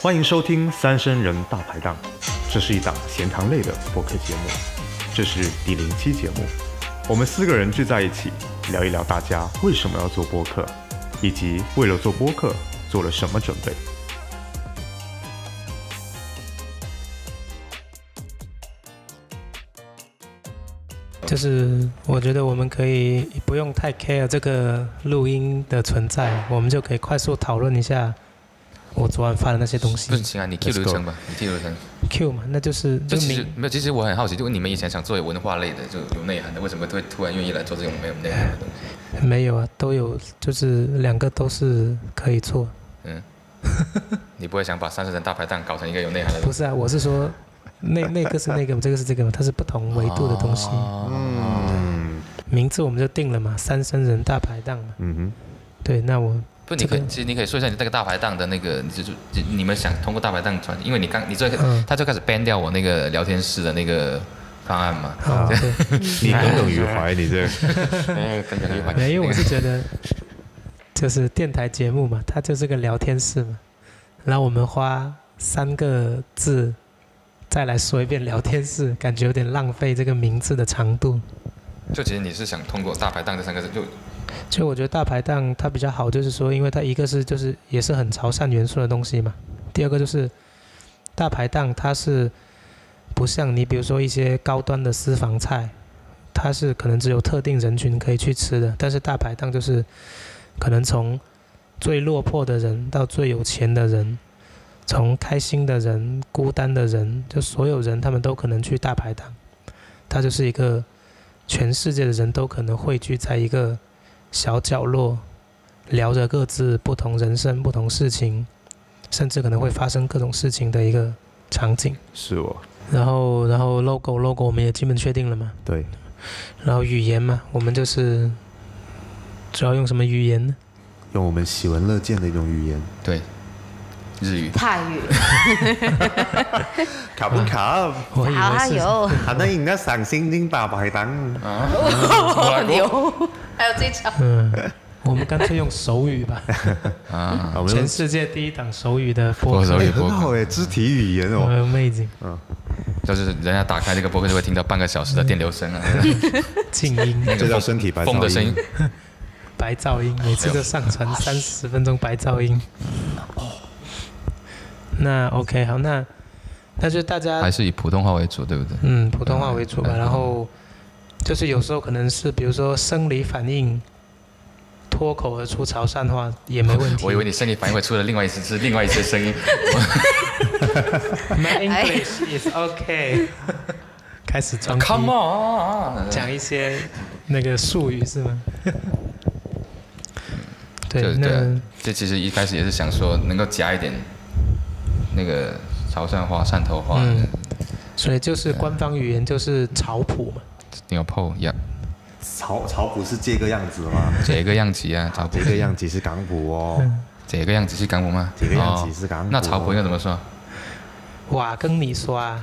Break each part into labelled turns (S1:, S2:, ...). S1: 欢迎收听《三生人大排档》，这是一档闲谈类的播客节目，这是第零期节目。我们四个人聚在一起，聊一聊大家为什么要做播客，以及为了做播客做了什么准备。
S2: 就是我觉得我们可以不用太 care 这个录音的存在，我们就可以快速讨论一下我昨晚发的那些东西
S3: 不。行啊，你 Q 流程吧，你 Q 流程。
S2: Q 嘛，那就是
S3: 就
S2: 就
S3: 其实
S2: 明
S3: 没有，其实我很好奇，就是你们以前想做文化类的，就有内涵的，为什么会突然愿意来做这种没有内涵 的东西？
S2: 没有啊，都有，就是两个都是可以做。
S3: 嗯，你不会想把三十人大排档搞成一个有内涵的
S2: 不
S3: 东西？
S2: 是啊，我是说那那个是那 个，这个是这个嘛，它是不同维度的东西。
S3: 嗯，
S1: 嗯
S2: 名字我们就定了嘛，三生人大排档嘛。
S1: 嗯哼。
S2: 对，那我
S3: 不，你可以
S2: 这个
S3: 其实你可以说一下你那个大排档的那个，就是就你们想通过大排档传，因为你刚你最
S2: 嗯
S3: 他就开始 ban 掉我那个聊天室的那个方案 嘛。
S2: 啊，对。
S1: 你耿耿于怀，你这
S3: 哎，耿耿于怀
S2: 没有，我是觉得就是电台节目嘛，它就是个聊天室嘛，然后我们花三个字再来说一遍聊天室，感觉有点浪费这个名字的长度。
S3: 就其实你是想通过大排档这三个字，就
S2: 所以我觉得大排档它比较好，就是说，因为它一个是就是也是很潮汕元素的东西嘛，第二个就是大排档它是不像你比如说一些高端的私房菜，它是可能只有特定人群可以去吃的，但是大排档就是可能从最落魄的人到最有钱的人，从开心的人、孤单的人，就所有人他们都可能去大排档，它就是一个全世界的人都可能汇聚在一个。小角落，聊着各自不同人生、不同事情，甚至可能会发生各种事情的一个场景。
S1: 是我
S2: 然后，然后 logo logo 我们也基本确定了嘛。
S1: 对
S2: 然后语言嘛，我们就是主要用什么语言呢？
S1: 用我们喜闻乐见的一种语言，
S3: 对日语。
S4: 泰语，
S1: 卡不卡？
S2: 我以
S4: 好啊
S2: 为是
S4: 有
S1: 喊得应该上星星大排档。
S3: 我
S4: 牛，还有这种
S2: 嗯，我们干脆用手语 吧，
S3: 啊，
S1: 我
S2: 全世界第一档手语的播
S3: 我
S2: 客呃
S3: 手，语播
S1: 很
S3: 客
S1: 好哎，肢体语言哦。
S2: 很 amazing，
S3: 就是人家打开这个播客就会听到半个小时的电流声啊，
S2: 静 音、
S3: 那
S1: 这
S3: 个
S1: 叫
S3: 风
S1: 身体白
S3: 风的
S1: 噪
S3: 声音
S1: 音。
S2: 白噪音，每次都上
S3: 哎
S2: 传三十分钟白噪音。那 OK，好，那那就大家
S3: 还是以普通话为主，对不对？
S2: 嗯，普通话为主吧。
S3: 嗯
S2: 然后就是有时候可能是比如说生理反应，脱口而出潮汕话也没问题。
S3: 哦我以为你生理反应会出了另外一次是另外一次声音，
S2: My English is OK，开始装逼
S3: 啊 Come on，
S2: 讲一些那个术语是吗？
S3: 对
S2: 对，
S3: 对啊
S2: 那，
S3: 这其实一开始也是想说能够夹一点那个潮汕话、汕头话，
S2: 嗯所以就是官方语言就是潮普嘛。
S3: 牛泡呀，
S1: 潮潮普是这个样子吗？
S3: 这个样子啊，潮
S1: 啊，
S3: 普
S1: 这，个样子是港普哦，
S3: 这个样子是港普吗？
S1: 这个样子是港普哦
S3: 哦那潮普应该怎么说？
S2: 哇，跟你说啊，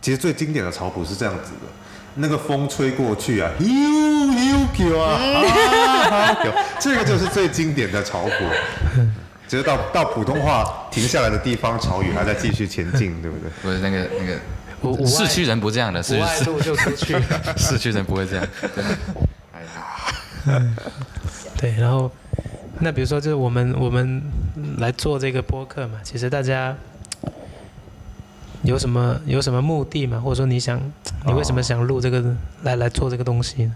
S1: 其实最经典的潮普是这样子的，那个风吹过去啊，悠悠飘啊，啊飘这个就是最经典的潮普。 只是到到普通话停下来的地方，潮语还在继续前进，对不 对？
S3: 不是那个那个。
S2: 我我
S3: 市
S2: 爱
S3: 区人不这样的，市
S2: 不
S3: 区
S2: 爱录就出去。
S3: 市区人不会这样。 真的哎呀
S2: 对，然后那比如说，就是我们我们来做这个播客嘛，其实大家有什么有什么目的嘛，或者说你想你为什么想录这个、来来做这个东西呢？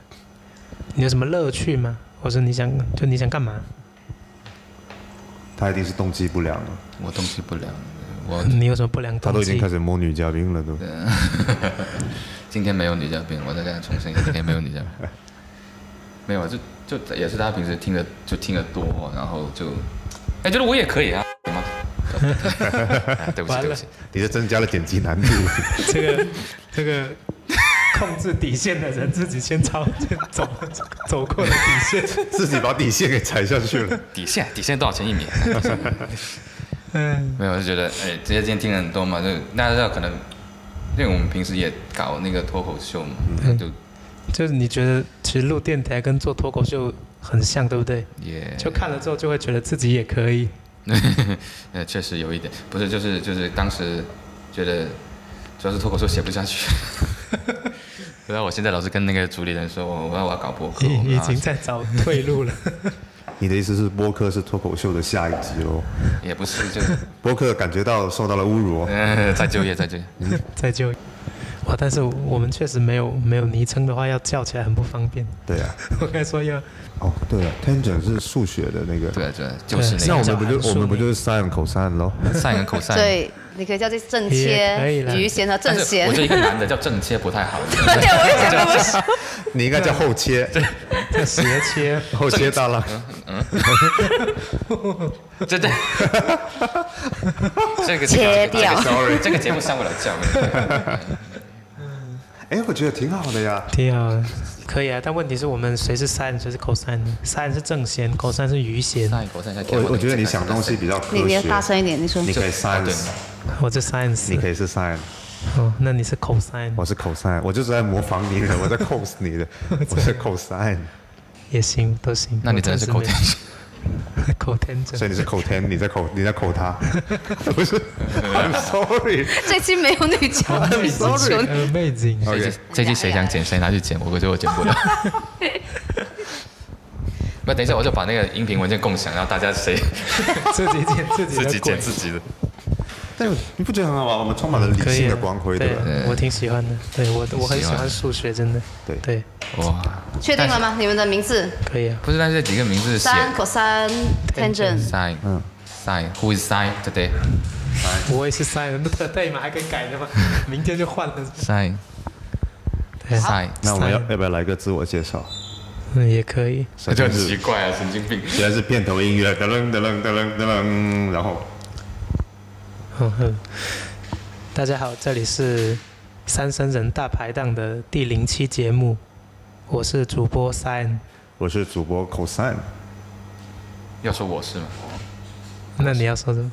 S2: 你有什么乐趣吗？或者你想就你想干嘛？
S1: 他一定是动机不良了，
S3: 我东西不良，我
S2: 你有什么不良
S1: 他
S2: 动
S1: 都已经
S2: 机
S1: 开？始摸女嘉宾了，都。
S3: 今天没有女嘉宾，我再跟他重申一下，今天没有女嘉宾。没有，啊就就也是他平时听的，就听的多，然后就，哎，觉得我也可以啊，什么？哎对不起，
S2: 完了
S3: 对不起，
S1: 你是增加了剪辑难 度，
S2: 这个这个控制底线的人自己先超先走走过了底线。
S1: 自己把底线给踩下去了。
S3: 底线底线多少钱一米？
S2: 嗯，
S3: 没有，我就觉得，哎，直接今天听了很多嘛，就大家知道可能，因为我们平时也搞那个脱口秀嘛，
S2: 嗯
S3: 就
S2: 就是你觉得其实录电台跟做脱口秀很像，对不对？
S3: 也
S2: 就看了之后就会觉得自己也可以。
S3: 呃，确实有一点，不是，就是就是当时觉得主要是脱口秀写不下去， 然后我现在老是跟那个主理人说，我我要我要搞播客，我们
S2: 已已
S3: 要
S2: 经在找退路了。
S1: 你的意思是播客是脱口秀的下一集喽？
S3: 也不是就
S1: 播客感觉到受到了侮辱哦。
S3: 呃再就业再就业，
S2: 再就哇！但是我们确实没有没有昵称的话，要叫起来很不方便。
S1: 对啊，
S2: 我刚才说要
S1: 哦对了，tangent 是数学的那个，
S3: 对啊对啊，就是
S1: 那
S3: 那
S1: 我
S3: 个
S1: 们不
S2: 叫函
S1: 就
S2: 数
S1: 我们不就是 sin 口 sin 喽？
S3: 散人口散。
S4: 所以你可以叫这正
S2: 也可以
S4: 切、
S2: 啦
S4: 鱼弦和正
S3: 但是
S4: 弦
S3: 我。觉得一个男的叫正切不太好，
S4: 对，我也想这么说。
S1: 你应该叫后切，
S2: 叫斜切，
S1: 后切大浪。
S3: 真的。这个
S4: 切掉
S3: 这个 sorry，这个节目上不了教。
S1: 哎，我觉得挺好的呀。
S2: 对啊， 可以啊。但问题是我们谁是 sin，谁是 cos，sin 是正弦，cos 是余弦。
S3: 上一口上一下跳
S1: 我
S3: 舞
S1: 我觉得你想东西比较科
S4: 你你
S1: 学，哦
S4: 大声一点，你说
S1: 你可以
S3: 对
S1: sin，
S2: 我是 sin，
S1: 你可以是 sin，
S2: 哦，那你是 cos，
S1: 我是 cos，我就是在模仿你 的，我在 cos 你的，我是 cos，
S2: 也行，都行。
S3: 那你真的是口天
S1: 所以
S2: cos，cos
S1: 你是口天，你在口你在口他， 不是？I'm sorry，
S4: 这期没有女角，
S2: 哦
S1: I'm
S4: 我求
S1: sorry。
S4: 你。
S2: amazing。
S3: 这
S1: OK
S3: 期这期谁想剪谁拿去剪，我估计我剪 不了。那等一下，我就把那个音频文件共享，然后大家谁
S2: 自己剪自己
S3: 自
S2: 的
S3: 己
S2: 鬼
S3: 剪自己的。
S1: 但你不觉得很好吗？我们充满了理
S2: 可以
S1: 性
S2: 啊
S1: 的光辉，
S2: 对
S1: 对吧？
S2: 啊，我挺喜欢的。对我我很喜
S3: 喜欢
S2: 欢数学，真的。
S1: 对
S2: 对，
S3: 哇，
S4: 确定了吗？你们的名字？
S2: 可以啊。
S3: 不是，但是这几个名字写
S4: sin、cos、tangent。
S3: sign，嗯，sign，who is sign today？sign
S2: 我也是 sin，那特对嘛，还可以改的 嘛，明天就换了。对，
S3: sign，
S1: 那我们要
S2: Sign
S1: 要不要来个自我介 绍？
S2: 嗯，也可以。
S1: 实
S3: 那就
S1: 在
S3: 很
S1: 是
S3: 奇怪啊，神经病。
S1: 实在是片头音乐，噔噔噔噔噔噔噔，然后
S2: 哼哼，大家好，这里是三生人大排档的第零期节目，我是主播 sin。
S1: 我是主播 cos，
S3: 要说我是吗？
S2: 那你要说什么？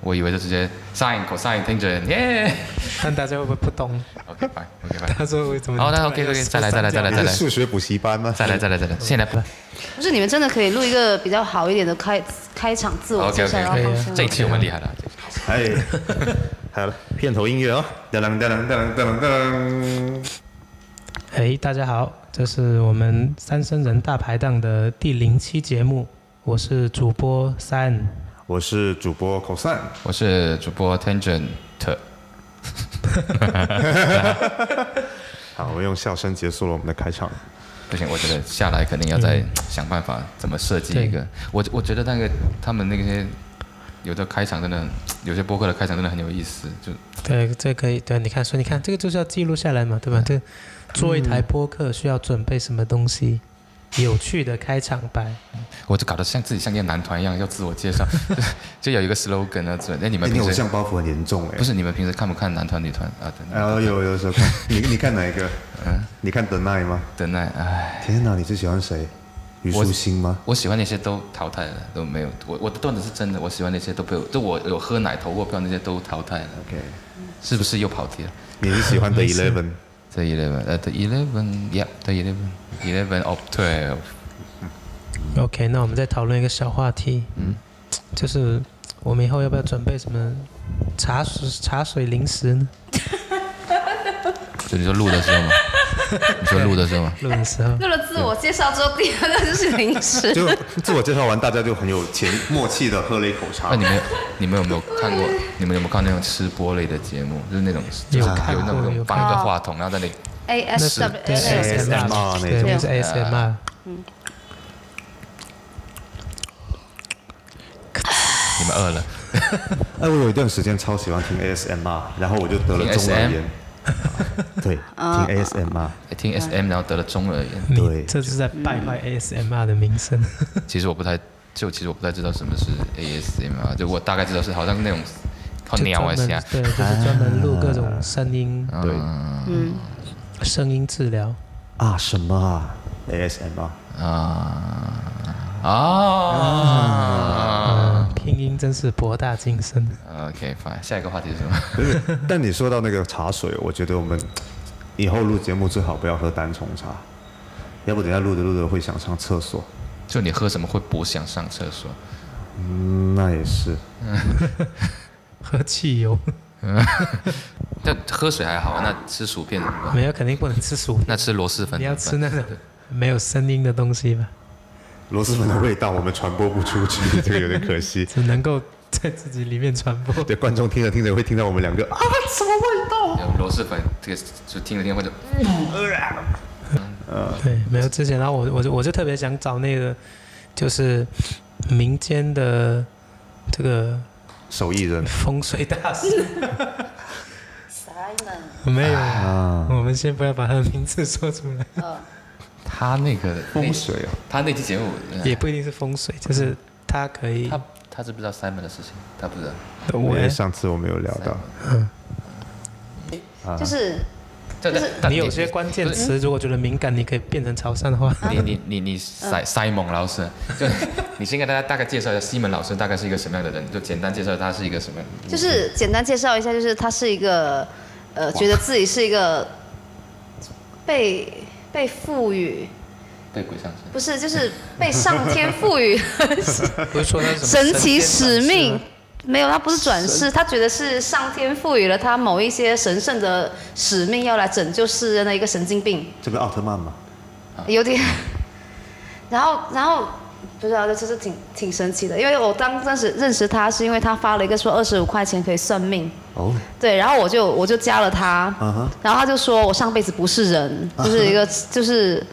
S3: 我以为就直接 sign cosine tangent，耶。
S2: 看大家会不会不懂？
S3: OK fine OK fine。
S2: 他说为什么？
S3: 好，那 OK OK，再来再来再来
S1: 你
S3: 再
S1: 是
S3: 来
S1: 数学补习班吗？
S3: 再来再来再来，现在不
S4: 不是，你们真的可以录一个比较好一点的开开场自我
S3: OK
S4: 介绍，然后
S2: OK，
S4: 放
S2: 可以啊
S4: 上
S3: 这一
S4: 来。
S3: 期我们厉害了，
S1: 哎， 好了，片头音乐哦，噔噔噔噔噔噔噔。
S2: 哎，大家好，这是我们三生人大排档的第零期节目，我是主播 sin。
S1: 我是主播 cos，
S3: 我是主播 tangent。
S1: 好，我们用笑声结束了我们的开场。
S3: 不行，我觉得下来肯定要再想办法怎么设计一个。我我觉得那个他们那些有的开场真的，有些播客的开场真的很有意思，就
S2: 对，这可以。对，你看，所以你看，这个就是要记录下来嘛，对吧？这做一台播客需要准备什么东西？有趣的开场白，
S3: 我就搞得像自己像一个男团一样要自我介绍， 就就有一个 slogan 啊之类。哎，你们
S1: 哎你
S3: 平
S1: 偶
S3: 时
S1: 像包哎袱很严重哎
S3: 不。是你们平时看不看男团女团啊？等
S1: 然后有有 时候看，你你看哪一个？嗯，你看 The Night 吗？
S3: 等待，哎，
S1: 天哪，你最喜欢谁？虞书欣吗？
S3: 我喜欢那些都淘汰了，都没有。我我的段子是真的，我喜欢那些都被我，就我有喝奶投过票那些都淘汰了，
S1: OK，
S3: 是不是又跑题了？
S1: 你 是喜欢 The Eleven？
S3: The eleven，呃，the eleven，yeah，the eleven，eleven of twelve。
S2: OK，那我们再讨论一个小话题，嗯，就是我们以后要不要准备什么茶水、茶水零食呢？
S3: 就你说录的时候吗？你说录的时候吗？
S2: 录的时 候，
S4: 录了自我介绍之后，第二个就是零食。
S1: 就自我介绍完，大家就很有潜默契的喝了一口茶
S3: 那。你们有你们有没有看过？你们有没有看那种吃播类的节目？就是那种就是
S2: 有看
S3: 有那
S2: 过
S3: 种
S2: 有
S3: 放
S2: 看
S3: 一个话筒，然后在那里
S4: A
S2: 那
S4: S
S2: 是
S4: W
S2: 对
S4: S S。
S1: ASMR 那
S2: 对，
S1: 种
S2: 那是 ASMR。
S3: 你们饿了，
S1: 哎，我有一段时间超喜欢听 ASMR，然后我就得了中耳炎。 对，听 ASMR，
S3: 听 SM，然后
S2: 嗯
S3: 得了中耳炎。
S1: 对
S2: 你这是在败坏 ASMR 的名声。
S3: 其实我不太，就其实我不太知道什么是 ASMR，就我大概知道是好像那种好鸟啊
S2: 就专
S3: 啥
S2: 门。对，就是专门录各种声音、
S1: 对
S2: 声音治疗。
S1: 啊，什么啊？ASMR，
S3: 啊啊
S2: 嗯，拼音真是博大精深。
S3: ！OK fine，下一个话题是什么？
S1: 不是，但你说到那个茶水，我觉得我们以后录节目最好不要喝单丛茶，要不等一下录着录着会想上厕所。
S3: 就你喝什么会不想上厕所？
S1: 嗯，那也是。
S2: 喝汽 油，
S3: 但喝水还好，那吃薯片怎么办？
S2: 没有肯定不能吃 薯片，
S3: 那吃螺蛳粉
S2: 你要吃
S3: 怎么
S2: 那种没有声音的东西吧，
S1: 螺蛳粉的味道我们传播不出去， 这个有点可惜。
S2: 只能够在自己里面传播。
S1: 对，观众听着听着会听到我们两个啊，
S3: 办有螺蛳粉这个就听了听或者
S2: 对，没有之前，然后我我就我就特别想找那个，就是民间的这个
S1: 手艺人
S2: 风水大师。
S4: 啥呢？
S2: 没有，
S1: 啊，
S2: 我们先不要把他的名字说出来，
S3: 他那个那
S1: 风水啊，
S3: 他那期节目 嗯
S2: 也不一定是风水，就是嗯他可以。
S3: 他他知不知道 Simon 的事情？他不知道。
S2: 我
S1: 因为上次我没有聊到，
S4: 就是
S3: 这
S4: 就是
S3: 但
S2: 你有些关键啊词，如果觉得敏感，你可以变成潮汕话。
S3: 你你你
S4: 嗯
S3: 你塞塞蒙老师，就 你先给大家大概介绍一下西蒙老师大概是一个什么样的人，你就简单介绍他是一个什么样的人。
S4: 就是简单介绍一下，就是他是一个呃，觉得自己是一个被被赋予，
S3: 被鬼上身，
S4: 不是就是被上天赋予
S2: 不是说他是什么
S4: 神奇使命
S2: 吗。
S4: 没有，他不是转世，他觉得是上天赋予了他某一些神圣的使命，要来拯救世人的一个神经病。
S1: 这不是奥特曼吗？
S4: 有点。 然后，然后不知道，就是挺挺神奇的，因为我当当时认识他是因为他发了一个说二十五块钱可以算命，
S1: 哦，
S4: 对，然后我就我就加了他，
S1: 啊哈，
S4: 然后他就说我上辈子不是人，就是一个就是。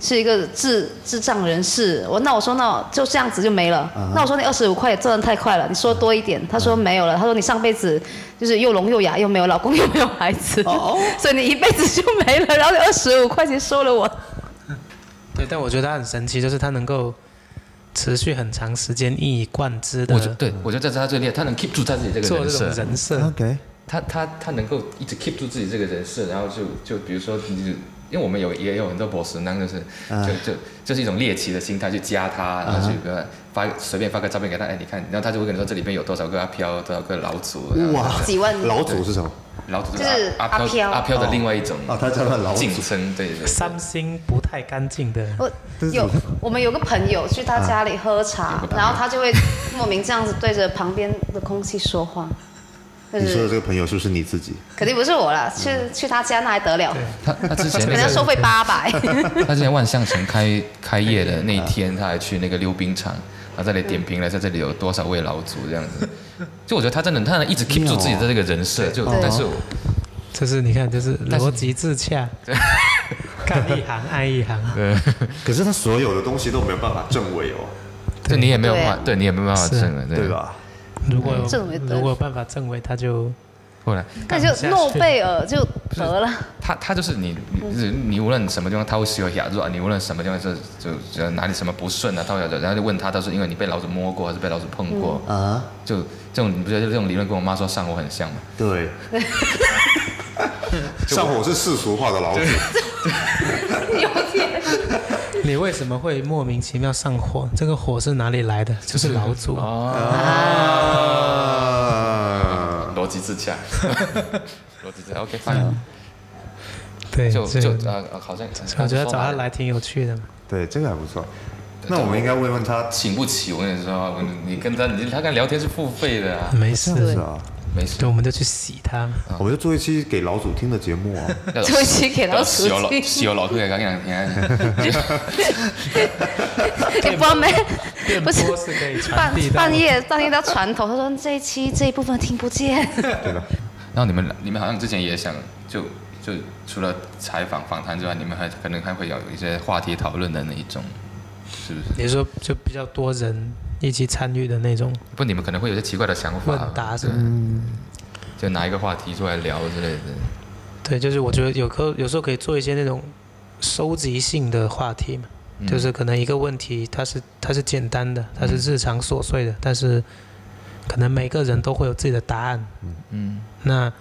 S4: 是一个智智障人士，我那我说那就这样子就没了。
S1: 啊
S4: 那我说你二十五块也赚的太快了，你说多一点。他说没有
S1: 啊
S4: 了，他说你上辈子就是又聋又哑，又没有老公，又没有孩子，
S1: 哦
S4: 所以你一辈子就没了。然后你二十五块钱收了 我，
S2: 对，但我觉得他很神奇，就是他能够持续很长时间一以贯之
S3: 我觉
S2: 的
S3: 对我觉得这是他最厉害，他能 keep 住他自己这
S2: 做
S3: 个人
S2: 这种
S3: 设，
S2: 人设。
S1: OK，
S3: 他他他能够一直 keep 住自己这个人设，然后就就比如说你就。因为我们有也有很多博士，那就是
S1: 啊
S3: 就就就是一种猎奇的心态去加他，然后去比如说发随便发个照片给他，哎，你看，然后他就会跟你说这里边有多少个阿飘，多少个老祖，然后
S1: 哇，
S4: 几万
S1: 老祖是什么？
S3: 老祖
S4: 就是
S3: 阿
S4: 阿飘
S3: 飘阿飘的另外一种
S1: 哦，他叫他老祖
S3: 晋，升，对对。对
S2: 三星不太干净的，
S4: 我
S1: 这是
S4: 有
S1: 什么
S4: 我们有个朋友去他家里喝茶，然后他就会莫名这样子对着旁边的空气说话，就
S1: 你说嗯的
S4: 是
S1: 这个朋友是不是你自己？
S4: 肯定不是我了，去去他家那还得了，
S3: 他他之前
S4: 可
S3: 那
S4: 能要收
S3: 个
S4: 费八百。
S3: 他之前万象城开开业的那一天，他还去那个溜冰场，然后这里点评了一下这里有多少位老祖这样子。就我觉得他真的，他能一直 keep 住自己的这个人设，就
S4: 对
S3: 但是我
S2: 就是你看，就是
S3: 但是
S2: 逻辑自 洽，干一行爱一行，
S1: 可是他所有的东西都没有办法证伪哦，
S3: 就你也没有
S4: 对
S3: 办法，对你也没有办法
S2: 是
S3: 证了，
S1: 对？吧？
S2: 如果有
S4: 证伪得
S2: 如果有办法证伪，他就
S3: 后来
S4: 那就诺贝尔就得了，
S3: 他他就是你你你无论什么地方他会喜欢亚洲啊，你无论什么地方就就就哪里什么不顺啊，他会然后就问他，他说因为你被老鼠摸过还是被老鼠碰过，
S1: 啊，
S3: 就这种你不觉得这种理论跟我妈说上我很像吗？
S1: 对。上火是世俗化的老祖，
S2: 你为什么会莫名其妙上火？这个火是哪里来的？就是老祖。
S3: 哦
S1: 啊，
S3: 逻辑自洽，逻辑自洽，OK fine，
S2: 对，
S3: 就
S2: 所以
S3: 就啊，啊好像
S2: 我觉得找他来挺有趣的嘛。
S1: 对，这个还不错。那我们应该问问他，
S3: 请不起，我跟你说，我你跟他你他跟他聊天是付费的啊，
S2: 没
S1: 这样
S2: 事
S1: 子，啊，
S3: 没事
S2: 嗯对，，我们就去洗他。
S1: 我们就做一期给老祖听的节目啊。
S3: 要
S4: 就去给老鼠
S3: 洗我老
S4: 听
S3: 洗我老退刚两天，
S4: 也不知道没，
S2: 电
S4: 不
S2: 波
S4: 是
S2: 是可以传
S4: 半
S2: 递到
S4: 半夜半夜到船头，他说这一期这一部分听不见，
S3: 然后你们你们好像之前也想就就除了采访访谈之外，你们还可能还会有一些话题讨论的那一种，是不是？
S2: 你说就比较多人一起参与的那种
S3: 不，你们可能会有些奇怪的想法
S2: 问
S3: 吧，
S2: 答是吗？
S3: 就拿一个话题出来聊之类的。
S2: 对，就是我觉得有可有时候可以做一些那种收集性的话题嘛，就是可能一个问题它是它是简单的，它是日常琐碎的，但是可能每个人都会有自己的答案。
S3: 嗯，
S2: 那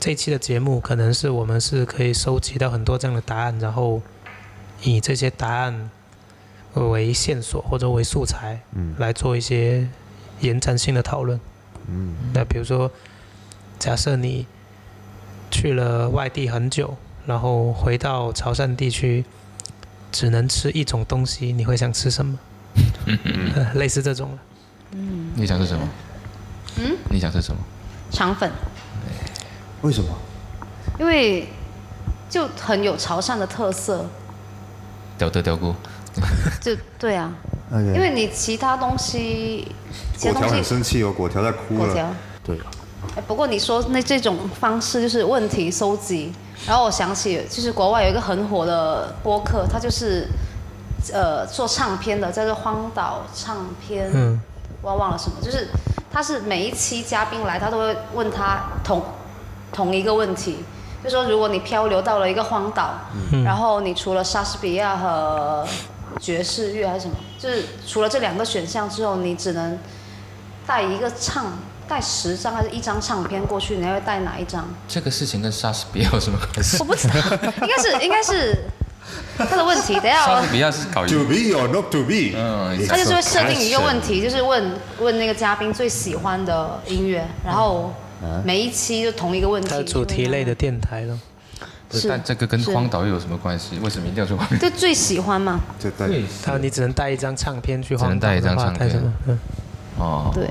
S2: 这一期的节目可能是我们是可以收集到很多这样的答案，然后以这些答案为线索或者为素材，
S1: 嗯
S2: 来做一些延展性的讨论。
S1: 嗯，
S2: 那比如说，假设你去了外地很久，然后回到潮汕地区，只能吃一种东西，你会想吃什么？呃类似这种了。
S3: 你想是什么？嗯？你想是什么？
S4: 肠粉，
S1: 为什么？
S4: 因为就很有潮汕的特色，
S3: 屌的屌姑，
S4: 就对 啊，
S1: OK
S4: 因为你其他东西，其他
S1: 果条很
S4: 东西
S1: 生气哦，果条在哭
S4: 果
S1: 了。
S4: 条。
S1: 对啊，
S4: 哎不过你说那这种方式就是问题收集，然后我想起就是国外有一个很火的播客，他就是呃做唱片的，叫做荒岛唱片，
S2: 嗯
S4: 我忘了什么，就是他是每一期嘉宾来，他都会问他同同一个问题，就说如果你漂流到了一个荒岛，然后你除了莎士比亚和爵士乐还是什么，就是除了这两个选项之后，你只能带一个唱带十张还是一张唱片过去，你还会带哪一张？
S3: 这个事情跟莎士比亚有什么关系
S4: 我？不知道， 应该是应该是他的问题，等一下
S3: 莎
S4: 我
S3: 士。比亚是搞
S1: To be or not to be，
S3: 嗯
S1: 你
S4: 他就是会
S1: 说
S4: 设定一个
S1: passion
S4: 问题，就是问问那个嘉宾最喜欢的音乐，然后每一期就同一个问题。
S2: 它的主题类的电台咯。
S4: 是
S3: 但这个跟
S4: 是
S3: 荒岛又有什么关系？为什么一定要去荒岛？
S4: 就最喜欢嘛，
S1: 就对，
S2: 它你只能带一张唱片去
S3: 只能
S2: 荒岛
S3: 带一
S2: 的
S3: 张
S2: 话
S3: 唱
S2: 带什
S3: 片
S2: 么？嗯，
S3: 哦，
S4: 对，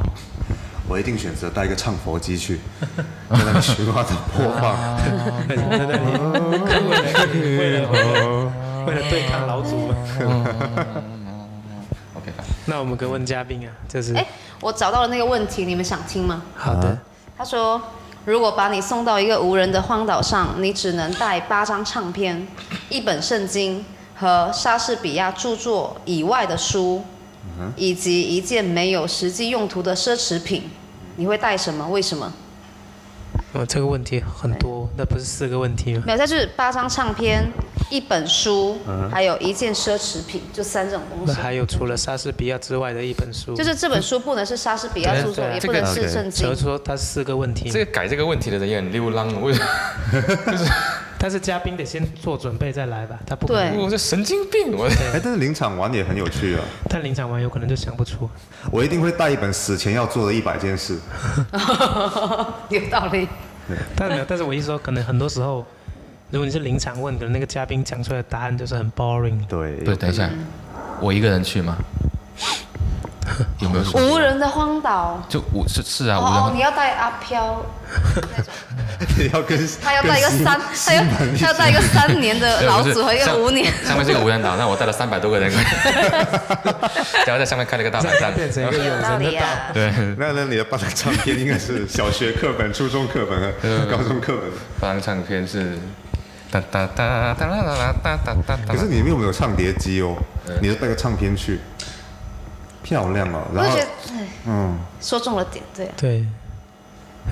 S1: 我一定选择带一个唱佛机去， 在那里循环的播 放。
S2: 为了对抗老祖嘛。
S3: 哦 OK，吧
S2: 那我们可以问嘉宾啊，就是
S4: 哎，我找到了那个问题，你们想听吗？
S2: 好的，
S3: 啊
S4: 他说，如果把你送到一个无人的荒岛上，你只能带八张唱片、一本圣经和莎士比亚著作以外的书，以及一件没有实际用途的奢侈品，你会带什么？为什么？
S2: 哦，这个问题很多，那不是四个问题吗？
S4: 没有，它就是八张唱片、一本书，还有一件奢侈品，就三种东
S2: 那
S4: 西。
S2: 还有除了莎士比亚之外的一本书，
S4: 就是这本书不能是莎士比亚著作，
S2: 对啊
S4: 也
S2: 这
S4: 不
S3: 个
S4: 能是圣
S2: 只
S4: 经
S2: 能。说它四个问题嘛。
S3: 这个改这个问题的人也很流浪，为什么？
S2: 但是嘉宾得先做准备再来吧，他不可能
S4: 对
S3: 我这神经病！我
S1: 哎，但是临场玩也很有趣啊！
S2: 他临场完有可能就想不出。
S1: 我一定会带一本死前要做的一百件事。
S4: 有道理。
S2: 但 没有，但是我一说，可能很多时候，如果你是临场问，可能那个嘉宾讲出来的答案就是很 boring。
S1: 对，
S3: 不是，等一下，我一个人去吗？ 有没有什么？
S4: 无人的荒岛。
S3: 就我是是啊，
S4: 哦哦，
S3: 无
S4: 你
S3: 人。
S4: 要带阿飘，
S1: 你 要跟
S4: 他要带一个
S1: 跟
S4: 三，他要他要带一个三年 的老
S3: 不是
S4: 鼠和一
S3: 上
S4: 个 五年。
S3: 上面是一个无人岛，那我带了三百多个人， 然后在上面开了个大板
S2: 这
S3: 凳
S2: 样。变成一个有
S4: 有道
S2: 人的
S4: 理
S2: 答
S4: 啊！
S3: 对，
S1: 那那你的八张唱片应该是小学课本、初中课本 和高中课本。
S3: 放唱片是哒哒哒哒啦啦啦哒哒哒哒。
S1: 可是你有没有唱碟机哦？你就带个唱片去，漂亮哦。
S4: 我
S1: 然
S4: 就
S1: 后
S4: 觉得，哎，
S1: 嗯，
S4: 说中了点，对啊。
S2: 对，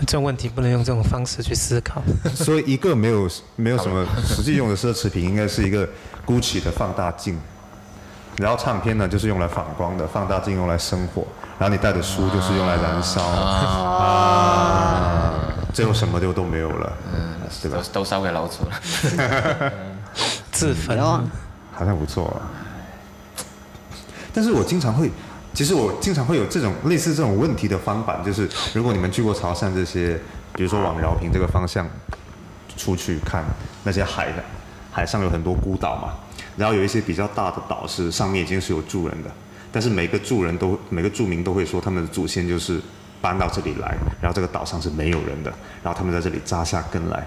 S2: 这种问题不能用这种方式去思考。
S1: 所以一个没有没有什么实际用的奢侈品，应该是一个 GUCCI 的放大镜。然后唱片呢，就是用来反光的，放大镜用来生火。然后你带的书就是用来燃烧。啊，最后什么就都没有了，对吧
S3: 都？都烧给老祖了，
S2: 自焚
S4: 有啊，
S1: 好像不错、啊。但是我经常会，其实我经常会有这种类似这种问题的翻版，就是如果你们去过潮汕这些，比如说往饶平这个方向出去看那些海的，海上有很多孤岛嘛，然后有一些比较大的岛是上面已经是有住人的，但是每个住人都每个住民都会说他们的祖先就是搬到这里来，然后这个岛上是没有人的，然后他们在这里扎下根来。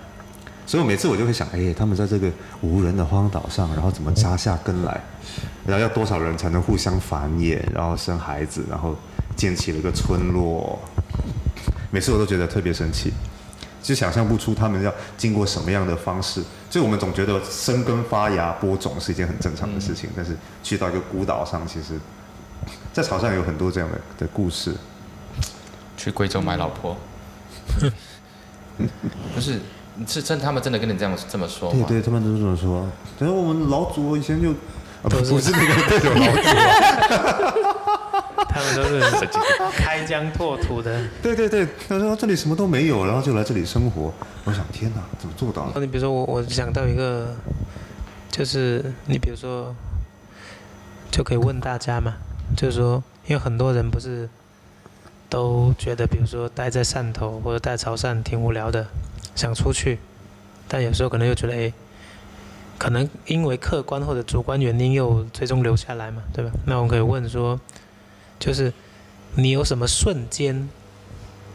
S1: 所以我每次我就会想，哎、他们在这个无人的荒岛上，然后怎么扎下根来，然后要多少人才能互相繁衍，然后生孩子，然后建起了一个村落。每次我都觉得特别神奇，就想象不出他们要经过什么样的方式。所以我们总觉得生根发芽、播种是一件很正常的事情，但是去到一个孤岛上，其实，在潮汕有很多这样的的故事。
S3: 去贵州买老婆。不是，是真他们真的跟你这样这么说
S1: 对
S3: 吗？
S1: 对，他们都是这么说。但是我们老祖以前就，啊、不
S2: 都是
S1: 不是那个那种老祖。
S2: 他们都是开疆拓土的。
S1: 对对对，他说这里什么都没有，然后就来这里生活。我想，天哪，怎么做到的？
S2: 你比如说我，我想到一个，就是你比如说，就可以问大家嘛，就是说，因为很多人不是都觉得，比如说待在汕头或者待潮汕挺无聊的，想出去，但有时候可能又觉得，哎，可能因为客观或者主观原因又最终留下来嘛，对吧？那我们可以问说，就是你有什么瞬间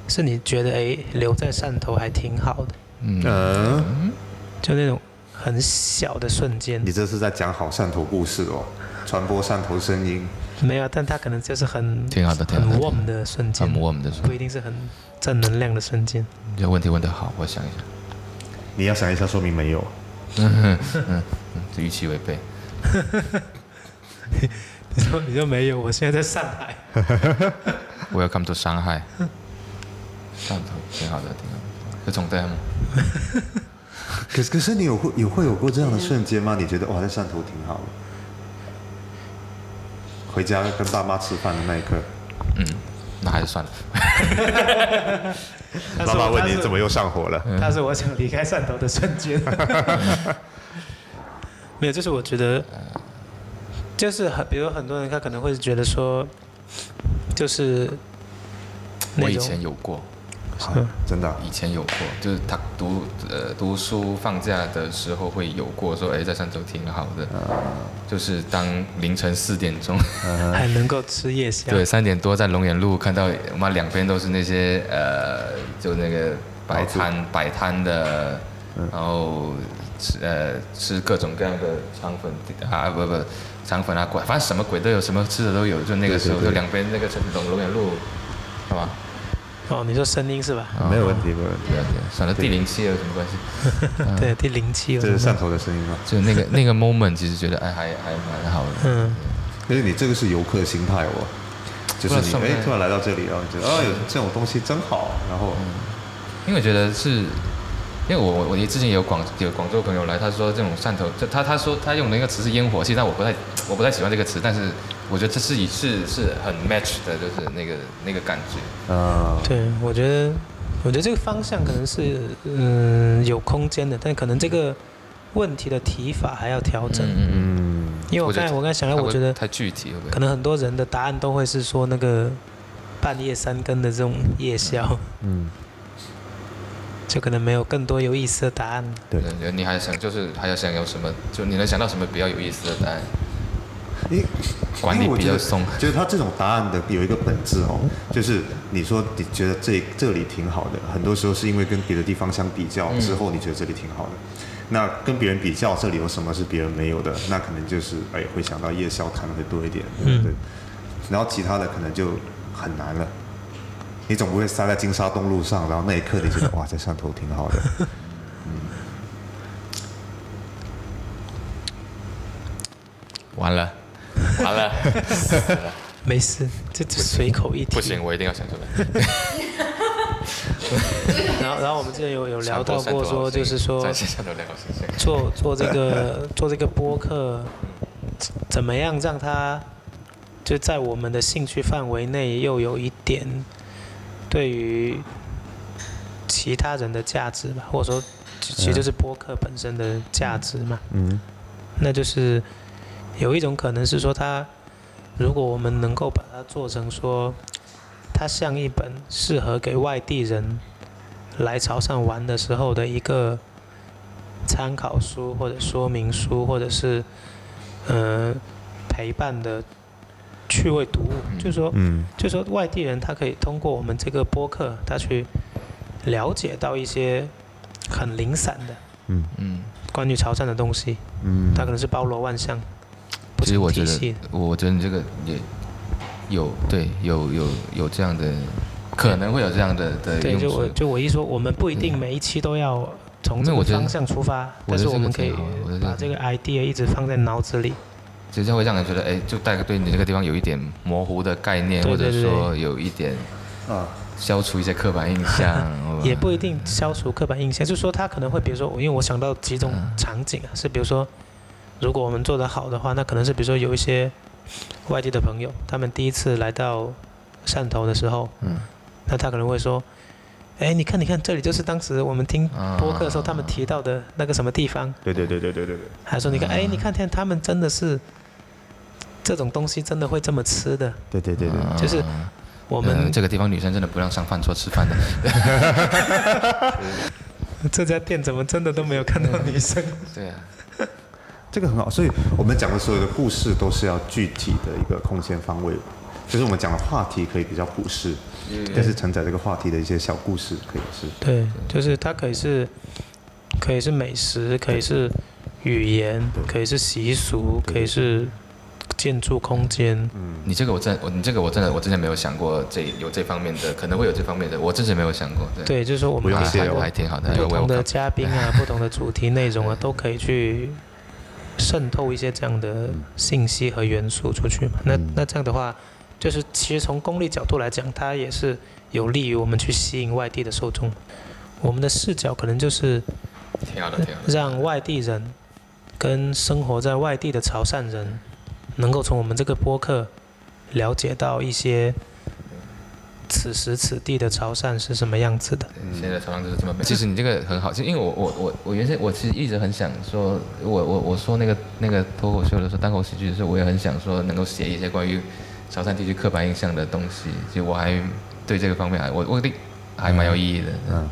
S2: 是你觉得哎留在汕头还挺好的？
S1: 嗯，
S2: 就那种很小的瞬间
S1: 你，这是在讲好汕头故事哦，传播汕头声音。
S2: 没有，啊但它可能就是很
S3: 挺好的挺好的
S2: 很
S3: 挺好
S2: warm 的瞬间
S3: 很，warm 的，
S2: 不一定是很正能量的瞬间。
S3: 这个问题问得好，我想一下，
S1: 你要想一下，说明没有。
S3: 嗯，这预期违背。
S2: 你说你就没有，我现在在上 海，
S3: Welcome to 上海，汕头挺好的，挺好的，有种对吗？
S1: 可是可是你有会有会有过这样的瞬间吗？你觉得哇，在汕头挺好的，回家跟爸妈吃饭的那一刻，
S3: 嗯，那还是算了。
S2: 他
S1: 爸
S2: 说
S1: 妈
S2: 我
S1: 问你怎么又上火了？
S2: 他是我想离开汕头的瞬间。 没有，就是我觉得，就是很，比如很多人他可能会觉得说，就是
S3: 我
S2: 那
S3: 以
S2: 种
S3: 前有过，
S1: 啊真的啊，
S3: 以前有过，就是他读呃读书放假的时候会有过说，哎，在汕头挺好的，就是当凌晨四点钟，
S2: 还能够吃夜宵，
S3: 对，三点多在龙眼路看到，妈两边都是那些呃，就那个摆摊摆摊的，然后吃呃吃各种各样的肠粉啊，不不肠粉啊，鬼反正什么鬼都有，什么吃的都有，就那个时候就两边那个城龙龙眼路，好吧？
S2: 哦，你说声音是吧？
S1: 没有问题，没有问题。
S3: 对啊对啊算了，地灵气有什么关系？啊
S2: 对，第零期
S1: 嗯这是
S2: 我
S1: 汕头的声音吗？
S3: 就那个那个 moment，其实觉得哎还还蛮好的。
S2: 嗯，
S1: 可是你这个是游客心态哦，就是
S3: 不知
S1: 你
S3: 道算不
S1: 哎
S3: 算
S1: 突然来到这里，然后你觉得啊有这种东西真好，然后
S3: 因为我觉得是，因为我我我之前有广有广州朋友来，他说这种汕头，就他他说他用的一个词是烟火气，但我不太我不太喜欢这个词，但是我觉得这是一是是很 match 的，就是那个那个感觉。
S1: 呃，
S2: 对，我觉得，我觉得这个方向可能是嗯、有空间的，但可能这个问题的提法还要调整。
S3: 嗯嗯，
S1: 嗯，
S2: 因为我
S3: 或者
S2: 刚才我刚才想到，
S3: 他
S2: 我
S3: 会
S2: 觉得
S3: 太具体会不
S2: 可
S3: 会？
S2: 能很多人的答案都会是说那个半夜三更的这种夜宵，
S1: 嗯，
S2: 就可能没有更多有意思的答案。
S1: 对。
S3: 对，你还想就是还要想有什么？就你能想到什么比较有意思的答案？
S1: 因
S3: 管理
S1: 因为我
S3: 比
S1: 觉得
S3: 较 松嗯
S1: 觉得他这种答案的有一个本质哦，就是你说你觉得这这里挺好的，很多时候是因为跟别的地方相比较
S3: 嗯
S1: 之后，你觉得这里挺好的。那跟别人比较，这里有什么是别人没有的？那可能就是哎，会想到夜宵谈的会多一点，对
S3: 嗯
S1: 不对？然后其他的可能就很难了。你总不会塞在金沙东路上，然后那一刻你觉得哇，在汕头挺好的。
S3: 完 了，完了，死了
S2: 没事，这就随口一提。
S3: 不行，我一定要想出来。
S2: 然后，然后我们之前有有 聊
S3: 传播
S2: 到
S3: 汕头
S2: 过，
S3: 好
S2: 说
S3: 声
S2: 就
S3: 音
S2: 是说
S3: 在线上都聊好声音
S2: 做做这 个做这个播客，怎么样让它就在我们的兴趣范围内又有一点对于其他人的价值吧，或者说其其实就是播客本身的价值嘛。
S1: 嗯，
S2: 那就是有一种可能是说它，如果我们能够把它做成说，它像一本适合给外地人来潮汕玩的时候的一个参考书或者说明书，或者是呃陪伴的趣味读物，就是说，
S1: 嗯，
S2: 就说外地人他可以通过我们这个播客，他去了解到一些很零散的
S3: 嗯。
S2: 关于潮汕的东西。
S1: 嗯
S2: 它可能是包罗万象，不
S3: 其实我
S2: 同
S3: 觉
S2: 体
S3: 得
S2: 系。，
S3: 我觉得你这个也有对有有有这样的，可能会有这样的的
S2: 对，
S3: 用
S2: 就我
S3: 处。
S2: 就我一说，我们不一定每一期都要从这
S3: 那
S2: 个
S3: 我觉得
S2: 方向出发，
S3: 我
S2: 但
S3: 觉
S2: 是
S3: 得
S2: 我们可
S3: 这个
S2: 以
S3: 挺好我觉得这个
S2: 把这个 idea 一直放在脑子里。
S3: 其实会让人觉得，哎，就大概对你这个地方有一点模糊的概念，
S2: 对
S3: 或者
S2: 对对
S3: 说有一点
S1: 啊，
S3: 消除一些刻板印象， 好吧
S2: 也不一定消除刻板印象，就是说他可能会，比如说，因为我想到几种场景啊，是比如说，如果我们做得好的话，那可能是比如说有一些外地的朋友，他们第一次来到汕头的时候，
S3: 嗯，
S2: 那他可能会说，哎，你看，你看，这里就是当时我们听播客的时候
S3: 啊
S2: 他们提到的那个什么地方，
S1: 对对对对对对对，
S2: 还说你看，哎，你看，看他们真的是这种东西真的会这么吃的，
S1: 对对对对，
S3: 啊
S2: 就是我
S3: 呃
S2: 们
S3: 这个地方女生真的不让上饭桌吃 饭的，
S2: 这家店怎么真的都没有看到女生？
S3: 对啊，
S1: 这个很好，所以我们讲的所有的故事都是要具体的一个空间方位，就是我们讲的话题可以比较普世，
S2: 嗯
S1: 但是承载这个话题的一些小故事可以是
S2: 对，就是它可以是，可以是美食，可以是语言，可以是习俗，可以是建筑空间。
S1: 嗯
S3: 你这个我真我你这个我真的我之前没有想过这有这方面的，可能会有这方面的，我之前没有想过。对，啊
S2: 对，就是说我
S1: 不
S2: 们
S1: 用
S3: 还
S1: 谢
S2: 还
S1: 谢
S3: 还还挺好的，
S2: 不
S3: 我
S2: 同
S3: 我
S2: 的嘉宾 啊，不同的主题内容啊，都可以去渗透一些这样的信息和元素出去嘛。
S1: 嗯
S2: 那那这样的话，就是其实从功利角度来讲，它也是有利于我们去吸引外地的受众。我们的视角可能就是
S3: 挺好的，挺好的。
S2: 让外地人跟生活在外地的潮汕人，能够从我们这个播客了解到一些此时此地的潮汕是什么样子的。
S3: 对现在潮浪就是这么美。其实你这个很好，就因为我我我我原先我其实一直很想说，我我我说那个那个脱口秀的时候，单口喜剧的时候，我也很想说能够写一些关于潮汕地区刻板印象的东西。其实我还对这个方面还我我对还蛮有意义的。
S1: 嗯，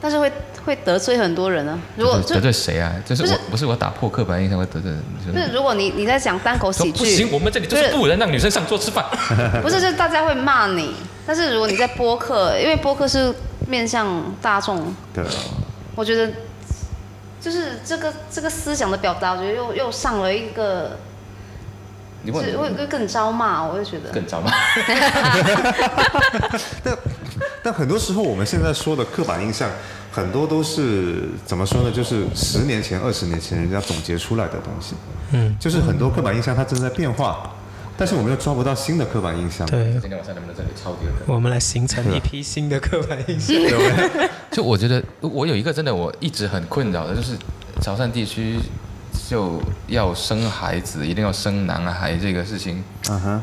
S4: 但是会会得罪很多人啊。如果就
S3: 得罪谁啊？就是
S4: 不是
S3: 我不是我打破刻板印象会得罪人，就
S4: 就是是如果你你在讲单口
S3: 说
S4: 喜
S3: 不行，
S4: 剧，
S3: 我们这里就是
S4: 对
S3: 不能让女生上桌吃饭。
S4: 不是就是大家会骂你。但是如果你在播客，因为播客是面向大众，
S1: 对，
S4: 我觉得就是这个这个思想的表达，我觉得又又上了一个，
S3: 你
S4: 就
S3: 问
S4: 是会会更招骂，我就觉得
S3: 更糟吗？
S1: 但但很多时候我们现在说的刻板印象，很多都是怎么说呢？就是十年前、二十年前人家总结出来的东西。
S2: 嗯，
S1: 就是很多刻板印象它正在变化，但是我们又抓不到新的刻板印象。
S2: 对，
S3: 今天晚上能不能这里超第二个？
S2: 我们来形成一批新的刻板印象。
S3: 就我觉得，我有一个真的我一直很困扰的，就是潮汕地区就要生孩子，一定要生男孩这个事情，
S1: 嗯哼，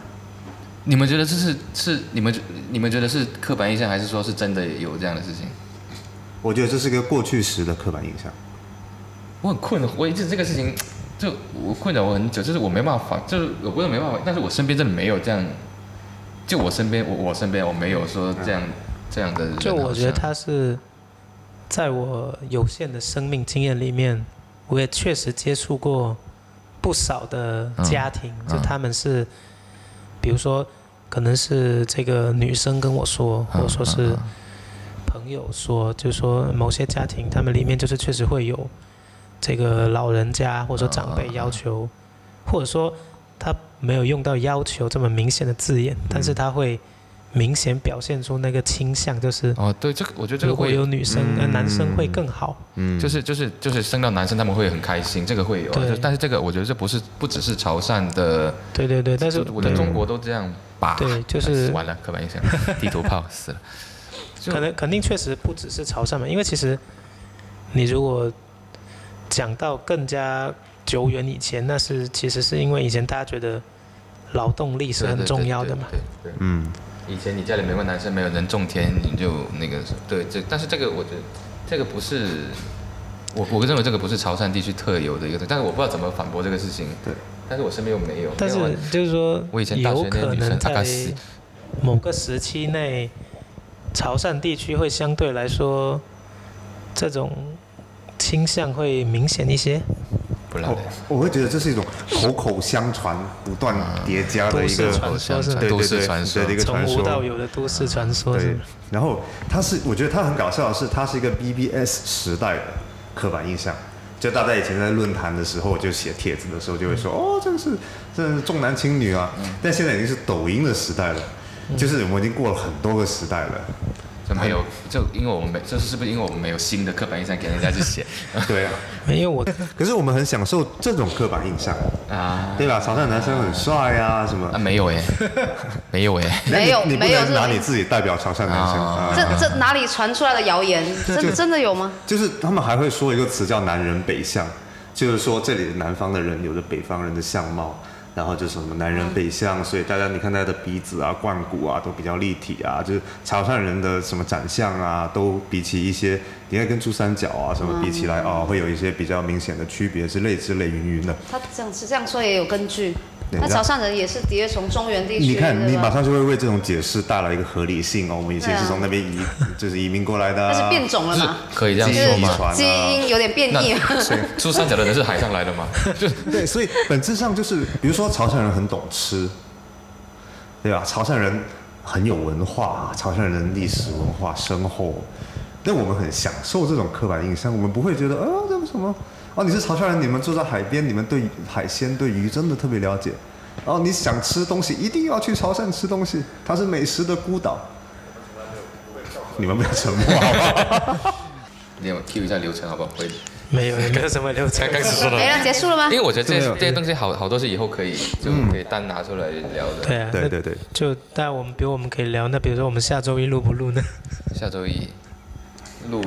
S3: 你们觉得这是是你们你们觉得是刻板印象，还是说是真的有这样的事情？
S1: 我觉得这是一个过去时的刻板印象。
S3: 我很困惑，我一直这个事情就我困扰我很久，就是我没办法，就是我不是没办法，但是我身边真的没有这样，就我身边我我身边我没有说这样、这样的人。
S2: 就我觉得
S3: 好像
S2: 他是在我有限的生命经验里面，我也确实接触过不少的家庭，
S3: 嗯
S2: 就他们是，比如说可能是这个女生跟我说，或
S3: 嗯
S2: 者说是朋友说，就说某些家庭他们里面就是确实会有这个老人家或者说长辈
S3: 嗯
S2: 要求，或者说他没有用到要求这么明显的字眼，但
S3: 嗯
S2: 是他会。明显表现出那个倾向，就是
S3: 哦，对这个我觉得这个
S2: 如果
S3: 会嗯
S2: 有女生，呃，男生会更好。
S1: 嗯，
S3: 就是就是就是生到男生他们会很开心，这个会有，啊
S2: 对
S3: 就但是这个我觉得这不是不只是潮汕的，
S2: 对对对，但是
S3: 我觉
S2: 对
S3: 得中国都这样吧，
S2: 对就是
S3: 哎完了刻板 印象，地图炮死了，就
S2: 可能肯定确实不只是潮汕嘛，因为其实你如果讲到更加久远以前，那是其实是因为以前大家觉得劳动力是很重要的嘛，
S3: 对，对对对
S1: 嗯，
S3: 对以前你家里没个男生没有人种田，你就那个对这，但是这个我觉得这个不是。我我认为这个不是潮汕地区特有的一个，但是我不知道怎么反驳这个事情。
S1: 对，
S3: 但是我身边又没有。啊
S2: 但
S3: 因为
S2: 是
S3: 我
S2: 就是说
S3: 我以前大学
S2: 有
S3: 那个
S2: 可
S3: 女生
S2: 能
S3: 大概
S2: 在
S3: 是
S2: 某个时期内，潮汕地区会相对来说这种倾向会明显一些。
S3: 不
S2: 哦
S3: 知道的
S1: 我我会觉得这是一种口口相传、不断叠加的一
S2: 都
S1: 个
S2: 市传说是吧
S1: 对对
S3: 都
S1: 对
S3: 市传说
S1: 对的一个
S2: 从
S1: 传
S2: 无
S1: 说。
S2: 到有的都市传说是
S1: 对
S2: 吧，
S1: 然后它是，我觉得它很搞笑的是，它是一个 BBS 时代的刻板印象。就大家以前在论坛的时候，就写帖子的时候，就会
S2: 嗯
S1: 说、哦，这个是这个是重男轻女啊。但现在已经是抖音的时代了，
S2: 嗯
S1: 就是我们已经过了很多个时代了。
S3: 就没有，就因为我们没，这是不是因为我们没有新的刻板印象给人家去写
S1: 对啊，
S2: 因为我
S1: 可是我们很享受这种刻板印象，
S3: 啊？
S1: 对
S2: 嗯
S1: 吧？潮汕男生很帅啊，什么
S3: 啊，？没有 哎，没有哎，
S1: 那你
S4: 没有
S1: 你不
S4: 没有哦
S1: 能
S4: 这
S1: 拿
S4: 种
S1: 你自己代表潮汕男生
S3: 啊
S1: 啊。
S4: 这这哪里传出来的谣言？真真的有吗？
S1: 就是他们还会说一个词叫“南人北向”，就是说这里的南方的人有着北方人的相貌，然后就什么南人北向，所以大家你看他的鼻子啊、冠骨啊都比较立体啊，就是潮汕人的什么长相啊，都比起一些你看跟珠三角啊什么比起
S4: 嗯
S1: 来啊、哦，会有一些比较明显的区别之类之类云云的。
S4: 他这样是这样说也有根据。
S1: 对
S4: 那
S1: 然后
S4: 潮汕人也是的确从中原地区，
S1: 你看，
S4: 对
S1: 你
S4: 吧啊
S1: 马上就会为这种解释带来一个合理性哦。我们以前是从那边移，就是移民过来的、啊，
S4: 但是变种了
S3: 就是
S4: 嘛，
S3: 可以这样
S4: 就
S3: 说
S1: 基因遗
S3: 吗？
S1: 传啊
S4: 是基因有点变异。
S3: 珠三角的人是海上 来的吗？就
S1: 对，所以本质上就是，比如说潮汕人很懂吃，对吧？潮汕人很有文化，潮汕人历史文化深厚，但我们很享受这种刻板印象，我们不会觉得，呃，这个什么，哦，你是潮汕人，你们住在海边，你们对海鲜、对鱼真的特别了解，哦，你想吃东西一定要去潮汕吃东西，它是美食的孤岛。你们不要沉默好不好？
S3: 你我 Q 一下流程好不好？会，
S2: 没 有没有什么流程
S3: 刚。刚只 说了
S4: 没，啊了，哎结束了吗
S3: 因？为我觉得这
S1: 没
S3: 些
S1: 有
S3: 这些东西好好多是以后可以就可以单拿出来聊的。
S2: 对啊，
S1: 对
S2: 那
S1: 对对，
S2: 就但我们比如我们可以聊，那比如说我们下周一录不录呢？
S3: 下周一录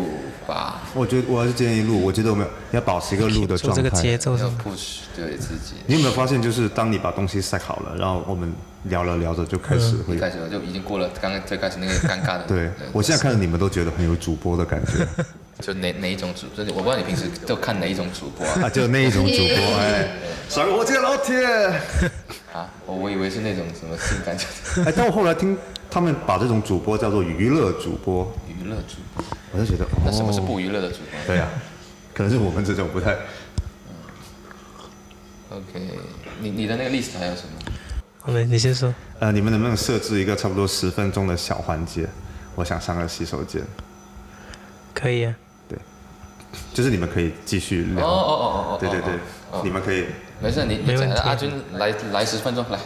S3: 吧，
S1: 我觉得我还是建议录，我觉得我们要保持一个录的
S2: 就
S1: 状
S2: 这个
S1: 态
S2: 节。奏
S3: 要
S2: 上，
S3: push 对自己。
S1: 你有没有发现，就是当你把东西塞好了，然后我们聊了聊着就开始会。
S3: 嗯一开始我就已经过了刚刚最开始那个尴尬的
S1: 对我现在看着你们都觉得很有主播的感 觉
S3: 就哪哪一种主，就是我不知道你平时都看哪一种主播啊？
S1: 啊，就那一种主播哎， 甩我这个老铁！
S3: 啊，我我以为是那种什么性感就
S1: 哎，但我后来听他们把这种主播叫做娱乐主播，
S3: 娱乐主播，
S1: 我就觉得
S3: 那什么是
S1: 哦，
S3: 不娱乐的主播
S1: 对呀、可能是我们这种不太
S3: ？OK，你你的那个 list 还有什么？
S2: 我们你先说。
S1: 呃，你们能不能设置一个差不多十分钟的小环节？我想上个洗手间，
S2: 可以啊，
S1: 就是你们可以继续
S3: 哦哦
S1: 聊，
S3: 哦哦哦，
S1: 对对对，你们可以。
S3: 没事，你
S2: 没
S3: 你
S2: 问
S3: 讲
S2: 题
S3: 阿军来来十分钟来，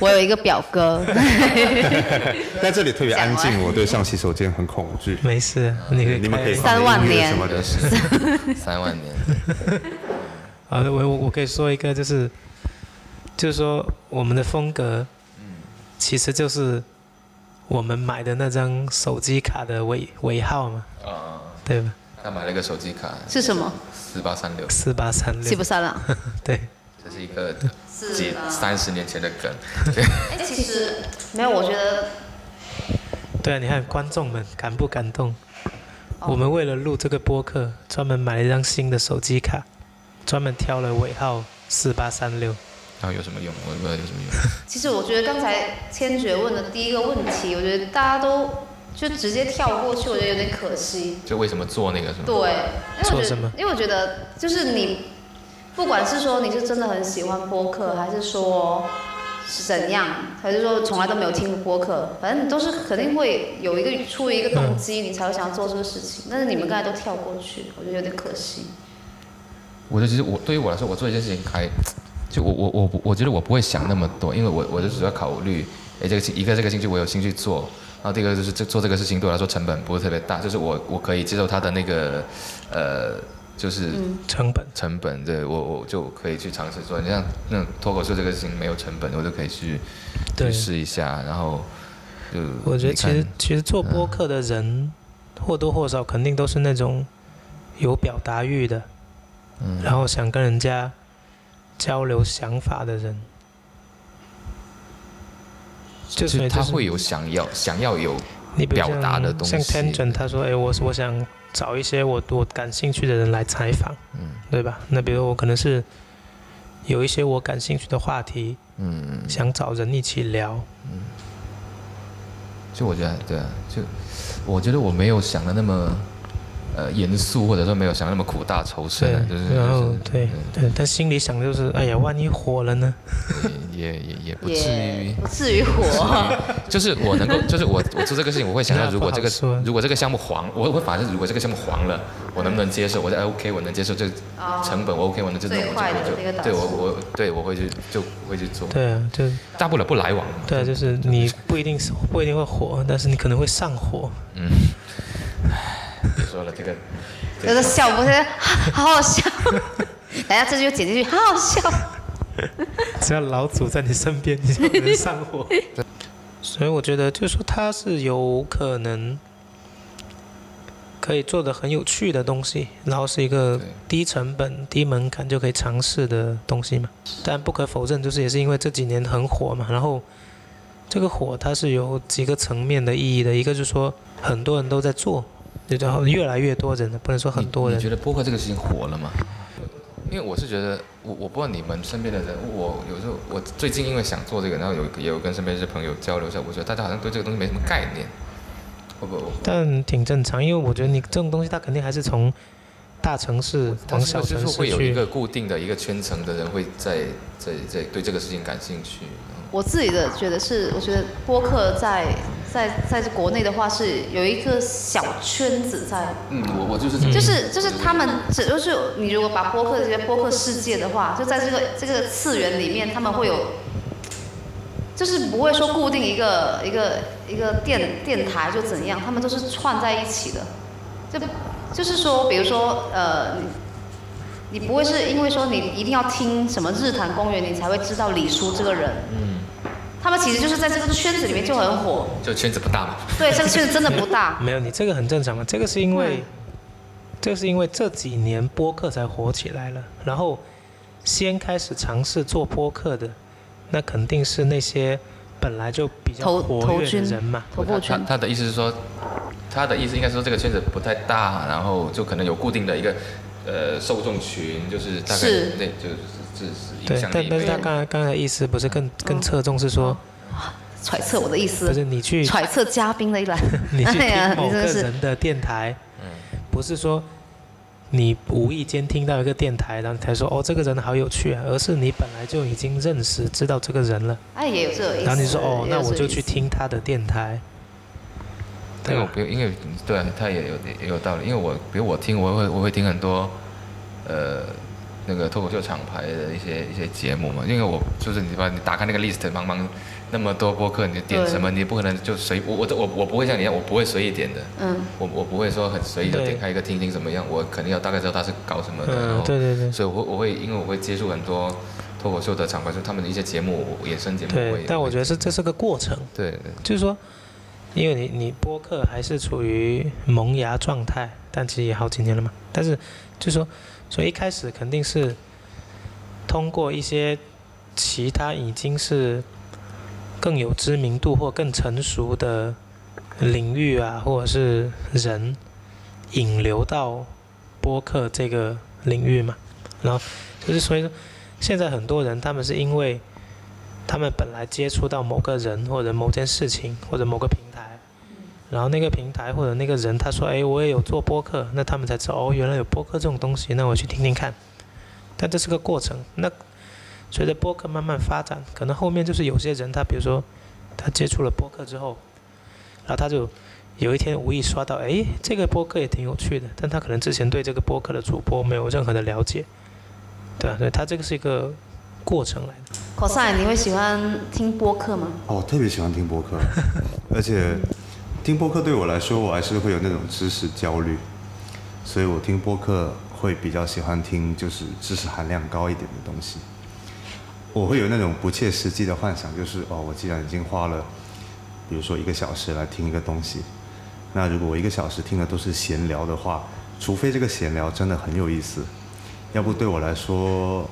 S4: 我有一个表哥，
S1: 在这里特别安静，我对上洗手间很恐惧。
S2: 没事，啊你可以。
S1: 你们可以
S2: 开
S4: 三
S1: 放点
S4: 万
S1: 音乐
S4: 年
S1: 什么的，
S3: 三万年，
S2: 好的，我我我可以说一个，就是，就是说我们的风格，其实就是我们买的那张手机卡的尾尾号嘛，
S3: 啊，
S2: 对吧？
S3: 他买了一个手机卡，
S4: 是什么？
S3: 四八三六，
S2: 四八三
S4: 七
S2: 六
S4: 不，三了。
S2: 对，
S3: 这是一个
S4: 是
S3: 几
S4: 吧
S3: 三十年前的梗，
S4: 哎，其实没有，我觉得
S2: 对啊，你看观众们感不感动？我们为了录这个播客，专门买了一张新的手机卡，专门挑了尾号四八三六。
S3: 然后有什么用？我也不知道有什么用。
S4: 其实我觉得刚才千珏问的第一个问题，我觉得大家都就直接跳过去，我觉得有点可惜。
S3: 就为什么做那个什么？
S4: 对，因为我
S2: 做
S4: 觉
S2: 什
S4: 得
S2: 么，
S4: 因为我觉得就是你，不管是说你是真的很喜欢播客，还是说是怎样，还是说从来都没有听过播客，反正你都是肯定会有一个出于一个动机，你才会想要做这个事情。但是你们刚才都跳过去，我觉得有点可惜。
S3: 我觉得其实我对于我来说，我做一件事情还，就我我我不我觉得我不会想那么多，因为我我就主要考虑，哎，这个兴一个这个兴趣我有兴趣做，然后第一个就是这做这个事情对我来说成本不是特别大，就是我我可以接受它的那个，呃，就是
S2: 成本
S3: 成本，对我我就可以去尝试做。你像那种脱口秀这个事情没有成本，我就可以去
S2: 对
S3: 去试一下，然后就
S2: 我觉得
S3: 你
S2: 其
S3: 看嗯
S2: 实其实做播客的人或多或少肯定都是那种有表达欲的，
S3: 嗯
S2: 然后想跟人家交流想法的人，就
S3: 就是
S2: 是
S3: 他
S2: 就是
S3: 会有想要想要有
S2: 你比如
S3: 表达的
S2: 像
S3: 东
S2: 像
S3: 西
S2: Tangent 他说，哎，我我想找一些我我感兴趣的人来采访，
S3: 嗯
S2: 对吧？那比如我可能是有一些我感兴趣的话题，
S3: 嗯。
S2: 想找人一起聊，
S3: 就我觉得，对啊，就我觉得我没有想的那么呃严肃，或者说没有想得那么苦大仇深啊，就是
S2: 然后
S3: 就是
S2: 对对，但心里想就是，哎呀，万一火了呢？
S3: 呃也也也也不至
S4: 也
S3: 于。
S4: 不至于火，
S3: 就是我 能够，就是我我做这个事情，我会想到
S2: 那
S3: 如果
S2: 不好
S3: 这个
S2: 说
S4: 哦
S3: 如果这个项目黄，我会反正如果这个项目黄了，我能不能接受？哎我在 OK，我能接受这
S4: 哦
S3: 成本，我 OK，我能接受，
S4: 最坏的
S3: 我就
S4: 这个打
S3: 就
S4: 算
S3: 对我我对我会去就会去做，
S2: 对啊，就
S3: 大不了不来往嘛。
S2: 对啊，就是你不一定是不一定会火，但是你可能会上火。
S3: 嗯，别说了，这个
S4: 有的笑不是，啊好好笑。等一下这句剪进去，好好笑。
S2: 只要老祖在你身边，你就可 能上火。所以我觉得，就是说它是有可能可以做的很有趣的东西，然后是一个
S3: 对
S2: 低成本、低门槛就可以尝试的东西嘛。但不可否认，就是也是因为这几年很火嘛，然后这个火它是有几个层面的意义的，一个就是说很多人都在做。然后越来越多人了，不能说很多
S3: 你。你觉
S2: 人，
S3: 得播客这个事情火了吗？因为我是觉得，我我不知道你们身边的人，我有时候我最近因为想做这个，然后有也有跟身边一些朋友交流一下，我觉得大家好像对这个东西没什么概念，会不会？
S2: 但挺正常，因为我觉得你这种东西，它肯定还是从大城市
S3: 但
S2: 往
S3: 是
S2: 小
S3: 不是
S2: 城
S3: 说
S2: 市
S3: 会有一
S2: 去
S3: 个固定的一个圈层的人会在在在对这个事情感兴趣？然后
S4: 我自己的觉得是，我觉得播客在在在这国内的话是有一个小圈子在，
S3: 嗯，我我就是这么
S4: 就是就是他们只就是你如果把播客这些播客世界的话，就在这个这个次元里面，他们会有，就是不会说固定一个一个一个电电台就怎样，他们都是串在一起的，就就是说，比如说呃，你你不会是因为说你一定要听什么日坛公园，你才会知道李叔这个人，
S2: 嗯
S4: 他们其实就是在这个圈子里面就很火，
S3: 就圈子不大嘛。
S4: 对，这个圈子真的不大，
S2: 没有，你这个很正常嘛。这个是因为，
S4: 嗯
S2: 这个是因为这几年播客才火起来了，然后先开始尝试做播客的，那肯定是那些本来就比较
S4: 头
S2: 活
S4: 头
S2: 跃的
S4: 军
S2: 人嘛。
S4: 头 部圈
S3: 他。他的意思是说，他的意思应该是说这个圈子不太大，然后就可能有固定的一个呃受众群，就是大概
S4: 是
S3: 那就是是
S2: 对
S3: 影，响
S2: 但
S3: 力
S2: 但是
S3: 被
S2: 他刚才刚才的意思不是更更侧重是说，
S4: 揣测我的意
S2: 不
S4: 思，
S2: 是你去，
S4: 揣测嘉宾的一来
S2: 你去
S4: 哎呀
S2: 听，某
S4: 你真
S2: 个
S4: 的是
S2: 人的电台，
S3: 嗯
S2: 不是说你无意间听到一个电台，然后你才说哦这个人好有趣啊，而是你本来就已经认识知道这个人了，
S4: 哎，也有这个意思。
S2: 然后你说哦
S4: 也有
S2: 那
S4: 这
S2: 我
S4: 个
S2: 就
S4: 意思
S2: 去。听他的电台，
S3: 因
S2: 对
S4: 啊
S3: 为我
S2: 吧？
S3: 不因为对啊，他也有也有道理，因为我比如我听我会我会听很多，呃，那个脱口秀厂牌的一些一些节目嘛，因为我就是你把你打开那个 list，茫茫那么多播客，你点
S4: 对
S3: 什么，你不可能就随我我我我不会像你一样，我不会随意点的，
S4: 嗯，
S3: 我我不会说很随意的
S2: 对
S3: 点开一个听听怎么样，我肯定要大概知道他是搞什么的，然
S2: 嗯，
S3: 后
S2: 对对对。
S3: 所以我会我会因为我会接触很多脱口秀的厂牌，就他们的一些节目，我衍生节目，我
S2: 对
S3: 也，
S2: 但我觉得是这是个过程，
S3: 对对
S2: 就是说，因为你你播客还是处于萌芽状态，但其实也好几年了嘛。但是就是说，所以一开始肯定是通过一些其他已经是更有知名度或更成熟的领域啊，或者是人引流到播客这个领域嘛。然后就是所以说，现在很多人他们是因为他们本来接触到某个人或者某件事情或者某个平台，然后那个平台或者那个人他说，哎，我也有做播客，那他们才知道哦，原来有播客这种东西，那我去听听看。但这是个过程，那随着播客慢慢发展，可能后面就是有些人他比如说他接触了播客之后，然后他就有一天无意刷到，哎，这个播客也挺有趣的，但他可能之前对这个播客的主播没有任何的了解，对啊，所以他这个是一个过程来的。
S4: 口塞，你会喜欢听播客吗？
S1: 哦，我特别喜欢听播客，而且听播客对我来说，我还是会有那种知识焦虑，所以我听播客会比较喜欢听就是知识含量高一点的东西。我会有那种不切实际的幻想，就是哦，我既然已经花了，比如说一个小时来听一个东西，那如果我一个小时听的都是闲聊的话，除非这个闲聊真的很有意思，要不对我来说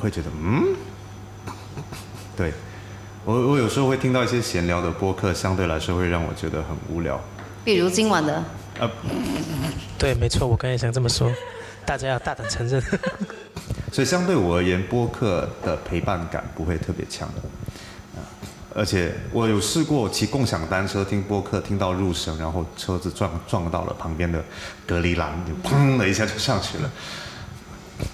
S1: 会觉得嗯， 对，我我有时候会听到一些闲聊的播客，相对来说会让我觉得很无聊。
S4: 比如今晚的，
S2: 对，没错，我刚才也想这么 说，大家要大胆承认。
S1: 所以相对我而言，播客的陪伴感不会特别强。啊而且我有试过骑共享单车听播客，听到入神，然后车子撞撞到了旁边的隔离栏，就砰的一下就上去了。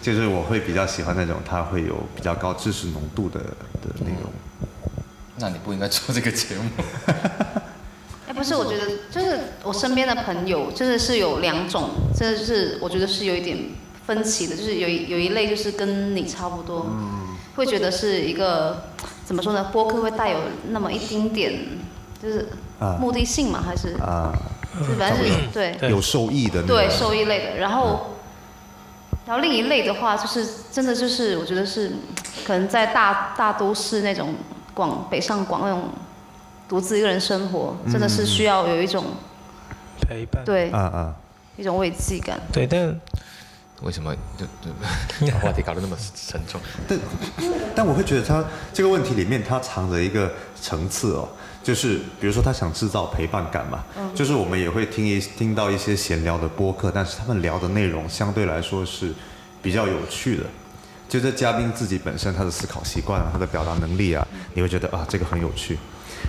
S1: 就是我会比较喜欢那种它会有比较高知识浓度的的那种。
S3: 那你不应该做这个节目。
S4: 哎，不是，我觉得就是我身边的朋友，就是是有两种，真的就是我觉得是有一点分歧的，就是有一有一类就是跟你差不多，
S2: 嗯
S4: 会觉得是一个怎么说呢？播客会带有那么一丁点，就是
S1: 啊
S4: 目的性嘛，还是
S1: 啊、
S4: 就反正是对。
S2: 对
S1: 有受益的那种。
S4: 对，受益类的。然后，然后另一类的话，就是真的就是我觉得是，可能在大大都市那种广北上广那种独自一个人生活，真的是需要有一种
S2: 陪伴。
S4: 对
S1: 啊啊！
S4: 一种慰藉感。
S2: 对，但
S3: 为什么就就把话题搞得那么沉重？
S1: 但但我会觉得他这个问题里面，它藏着一个层次哦，就是比如说他想制造陪伴感嘛，就是我们也会听一听到一些闲聊的播客，但是他们聊的内容相对来说是比较有趣的。就这嘉宾自己本身他的思考习惯啊，他的表达能力啊，你会觉得啊这个很有趣。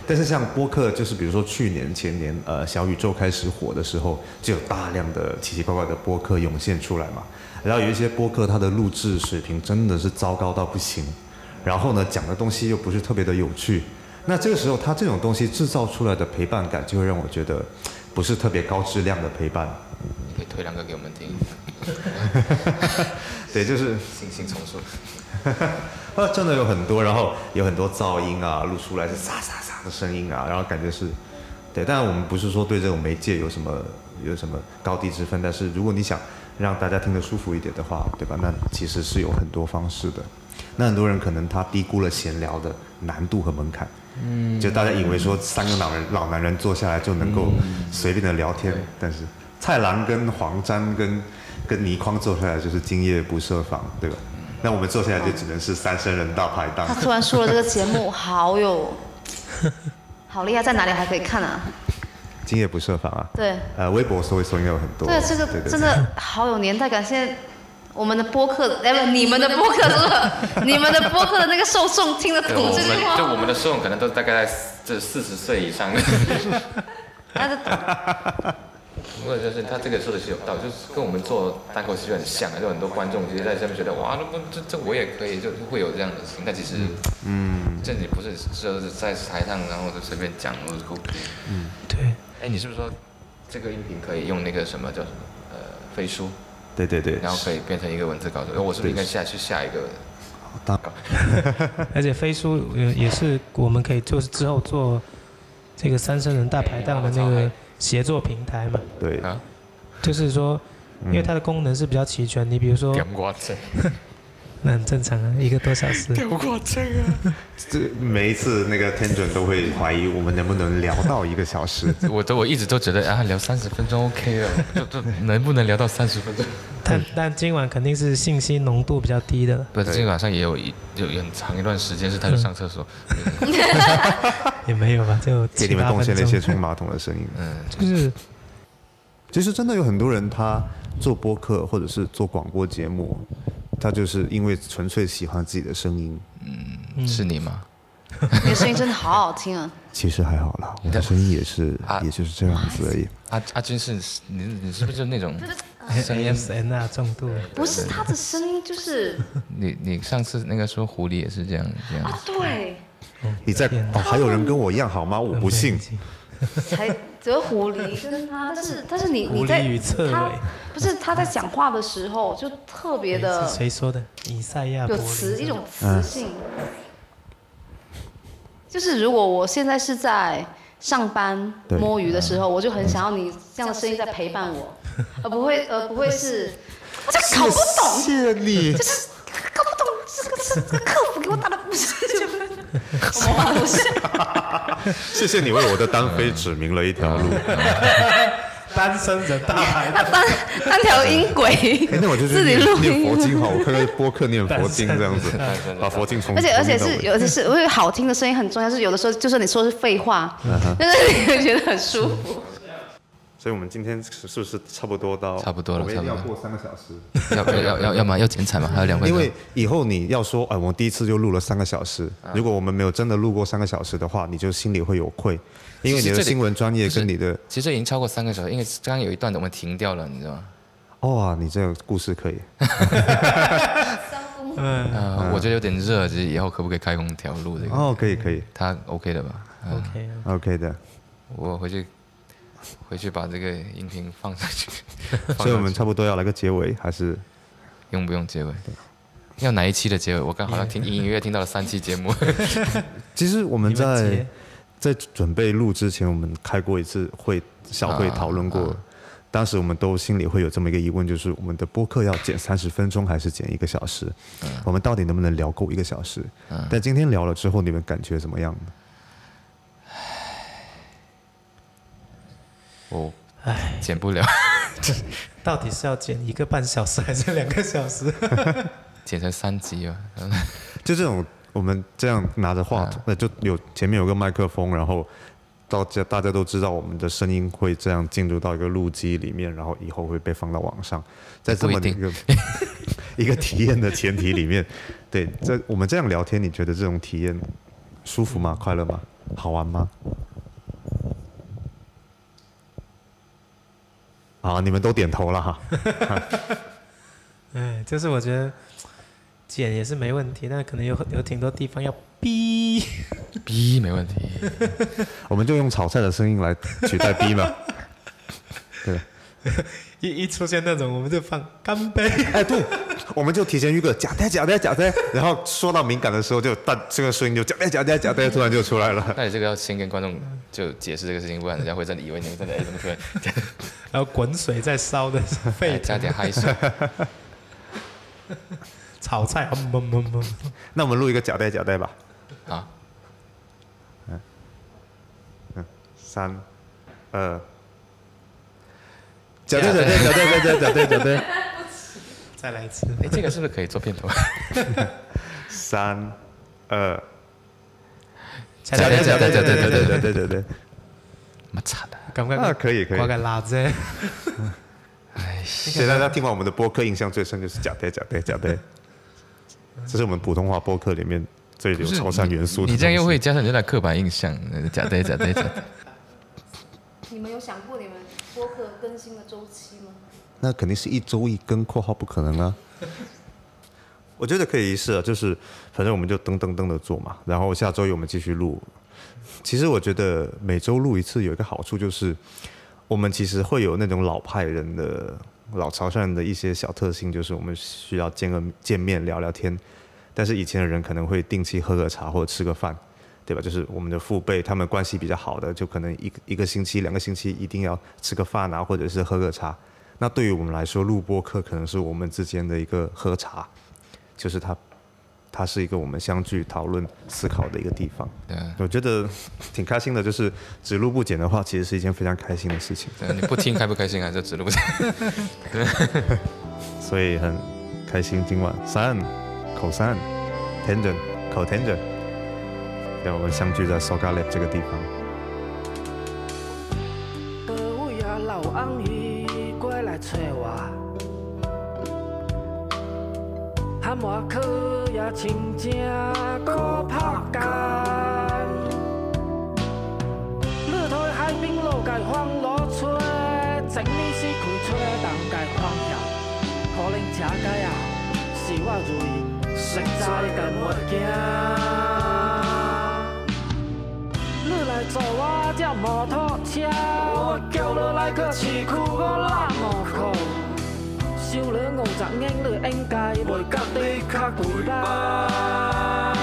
S1: 但是像播客，就是比如说去年前年，呃，小宇宙开始火的时候，就有大量的奇奇怪怪的播客涌现出来嘛。然后有一些播客，它的录制水平真的是糟糕到不行，然后呢讲的东西又不是特别的有趣，那这个时候他这种东西制造出来的陪伴感，就会让我觉得不是特别高质量的陪伴。
S3: 你可以推两个给我们听，
S1: 对，就是
S3: 信心重塑。
S1: 啊，真的有很多，然后有很多噪音啊，录出来是沙沙沙的声音啊，然后感觉是，对。但我们不是说对这种媒介有什么有什么高低之分，但是如果你想让大家听得舒服一点的话，对吧？那其实是有很多方式的。那很多人可能他低估了闲聊的难度和门槛，嗯，就大家以为说三个老人老男人坐下来就能够随便的聊天，
S3: 对
S1: 但是蔡澜跟黄沾跟跟倪匡坐下来就是今夜不设防，对吧？那我们坐下来就只能是三生人大排档
S4: 他。突然说了这个节目，好有， 好厉害，在哪里还可以看啊？
S1: 今夜不设防啊。
S4: 对，
S1: 呃，微博搜一搜应该有很多。
S4: 对，这个
S1: 对对
S4: 真的好有年代感。现在我们的播客，哎，不，你们的播客是 吧？你们的播客的那个受众听得
S3: 对，
S4: 懂
S3: 我
S4: 这
S3: 们
S4: 句话
S3: 就
S4: 吗？
S3: 我们的受众可能都大概在这四十岁以上的。
S4: 他就
S3: 或者就是他这个说的是有道理，就是跟我们做单口喜剧很像啊，就很多观众其实在下面觉得哇，那不这这我也可以，就是会有这样的事情。但其实，嗯，这你不是就是在台上然后就随便讲，我就
S2: 对，
S3: 哎，你是不是说这个音频可以用那个什么叫什么呃飞书，
S1: 对对对。
S3: 然后可以变成一个文字稿？我是不是应该下去下一个？
S1: 当
S2: 而且飞书呃也是我们可以就是之后做这个三生人大排档的那个协作平台嘛，
S1: 对
S3: 啊，
S2: 就是说，
S1: 嗯
S2: 因为它的功能是比较齐全，你比如
S1: 哦
S2: 说，
S3: 点瓜这，
S2: 那很正常啊，一个多小时，
S3: 点瓜这啊！
S1: 这每一次那个 Tangent 都会怀疑我们能不能聊到一个小 时。
S3: 我都我一直都觉得啊，聊三十分钟 OK 了，就 就能不能聊到三十分钟？
S2: 但但今晚肯定是信息浓度比较低的了，
S3: 不是，今天晚上也有一有有很长一段时间是他去上厕所，
S2: 也没有吧，就
S1: 给
S2: 七
S1: 你们
S2: 八
S1: 贡
S2: 分
S1: 献了一些
S2: 钟，
S1: 冲马桶的声音。
S3: 嗯，
S2: 就是
S1: 其实真的有很多人，他做播客或者是做广播节目，他就是因为纯粹喜欢自己的声音。嗯
S3: 是你吗？
S4: 你的声音真的好好听啊！
S1: 其实还好啦，我的声音也是
S3: 啊，
S1: 也就是这样子而已。
S3: 阿阿军是你，你是不是就那种声音？
S2: ASNR 啊重度，
S4: 不是他的声音，就是
S3: 你你上次那个说狐狸也是这样这样，
S4: 啊，对，
S1: 你在
S2: 天
S1: 哦，还有人跟我一样好吗？我不信。
S4: 才折狐狸跟 他，但是但是你
S2: 狐
S4: 你
S2: 狸
S4: 在
S2: 与刺
S4: 他
S2: 猬
S4: 不是他在讲话的时候就特别的
S2: 是谁说的？以赛亚
S4: 有
S2: 柏林
S4: 磁一种磁性。就是如果我现在是在上班
S1: 对
S4: 摸鱼的时
S2: 嗯
S4: 候，我就很想要你这样的声音在陪 伴我，而不会而不会是，我就搞不懂，
S1: 谢谢你。
S4: 就是搞不懂这个这个客服给我打的不是这个，我们不是。
S1: 谢谢你为我的单飞指明了一条路。
S2: 单身人大排档，
S4: 他单单条音轨
S1: 哎，那我就去
S4: 自己
S1: 念
S4: 录
S1: 念佛
S4: 音，
S1: 经哈，我看播客念佛经这 样子
S3: 单身，
S1: 把佛经从
S4: 而且而且
S1: 从头
S4: 是
S1: 到尾
S4: 有的是，因为好听的声音很重要，是有的时候就算你说是废话，但是你会觉得很舒服。
S1: 所以我们今天是是不是差不多到？
S3: 差不多了
S1: 我们一定要
S3: 差不
S1: 过三个小时，
S3: 要要要要要么要剪彩嘛，还有两分
S1: 因
S3: 钟
S1: 为。以后你要说，哎，我第一次就录了三个小时，如果我们没有真的录过三个小时的话，你就心里会有愧，因为你
S3: 其实
S1: 的
S3: 这里
S1: 新闻专业跟你的，
S3: 其实已经超过三个小时，因为刚刚有一段我们停掉了，你知道吗？
S1: 哇，你这个故事可以。
S2: 嗯
S3: 呃，我觉得有点热，就是以后可不可以开空调录这个？
S1: 哦，可以可以
S3: 他 OK 的吧？嗯，
S2: ，OK，
S1: ，OK 的。
S3: 我回去回去把这个音频放上 去。放上去
S1: 所以我们差不多要来个结尾，还是
S3: 用不用结尾？要哪一期的结尾？我刚好像 听隐隐约约听到了三期节目。
S1: 其实我们
S2: 你们
S1: 在
S2: 接
S1: 在准备录之前，我们开过一次会小会
S3: 啊
S1: 讨论过。当时我们都心里会有这么一个疑问，就是我们的播客要剪三十分钟还是剪一个小时？
S2: 嗯
S1: 我们到底能不能聊够一个小时？但今天聊了之后，你们感觉怎么样呢？哦
S3: 我
S2: 唉，
S3: 剪不了，
S2: 到底是要剪一个半小时还是两个小时？
S3: 剪成三集哦 吧。
S1: 就这种，我们这样拿着话筒，呃，就有前面有个麦克风，然后到家大家都知道我们的声音会这样进入到一个录机里面，然后以后会被放到网上，在这么
S3: 不一
S1: 一个 一个体验的前提里面，对，这我们这样聊天，你觉得这种体验舒服吗？快乐吗？好玩吗？啊，你们都点头了哈。
S2: 哎，就是我觉得，剪也是没问题，但可能有有挺多地方要逼。
S3: 逼没问题。
S1: 我们就 用炒菜的声音来取代 B 嘛。对，
S2: 一一出现那种，我们就放干杯。
S1: 哎对，我们就提前预个假的假的假的，然后说到敏感的时候就，但这个声音就假的假的假的，突然就出来了。
S3: 那你这个要先跟观众就解释这个事情，不然人家会真的以为你们真的哎怎么 突然
S2: 然后滚水在烧的
S3: 哎
S2: 沸
S3: 加
S2: 腾，
S3: 点嗨 水，
S2: 炒菜，嗯嗯嗯嗯
S1: 那我们录一个假的假的吧。
S3: 啊？
S1: 三、二，假的假的假的假的假的假的，
S2: 再来一次。
S3: 哎，这个是不是可以做片头？
S1: 三、二，
S2: 假
S1: 假的假的假的假
S2: 对对，
S1: 的假的假的。
S3: 妈惨的，
S2: 赶快
S1: 啊可以可以
S2: 挂个拉子。
S1: 所以大家听完我们的播客，印象最深就是假的假的 假的，这是我们普通话播客里面最有超常元素的东西。
S3: 你这样又会加上人家的刻板印象， 假的假的假的。
S4: 你们有想过你们播客更新的周期吗？
S1: 那肯定是一周一根，括号不可能 啊。我觉得可以一试啊，就是反正我们就噔噔噔的做嘛，然后下周一我们继续录。其实我觉得每周录一次有一个好处就是，我们其实会有那种老派人的、老潮汕人的一些小特性，就是我们需要见个见面聊聊天。但是以前的人可能会定期喝个茶或者吃个饭，对吧？就是我们的父辈，他们关系比较好的，就可能一个一个星期、两个星期一定要吃个饭啊，或者是喝个茶。那对于我们来说，录播课可能是我们之间的一个喝茶，就是它，它是一个我们相聚、讨论、思考的一个地方。
S3: 对啊
S1: 我觉得挺开心的，就是只录不剪的话，其实是一件非常开心的事情，
S3: 对啊，你不听开不开心啊？这指路不清。
S1: 所以很开心。今晚三口三 tangent 口 tangent，让我们相聚在 Soga Lab 这个地方。
S5: 狗也流鳟鱼过来找我，喊我去也真正可拍工。日头海边路界放落吹，整你是开吹动界放摇，可能这界啊是我如意，实在跟我行。你来坐我这摩托车，我叫你来去市区我拉五裤，收你五十英，你应该袂觉你较贵吧？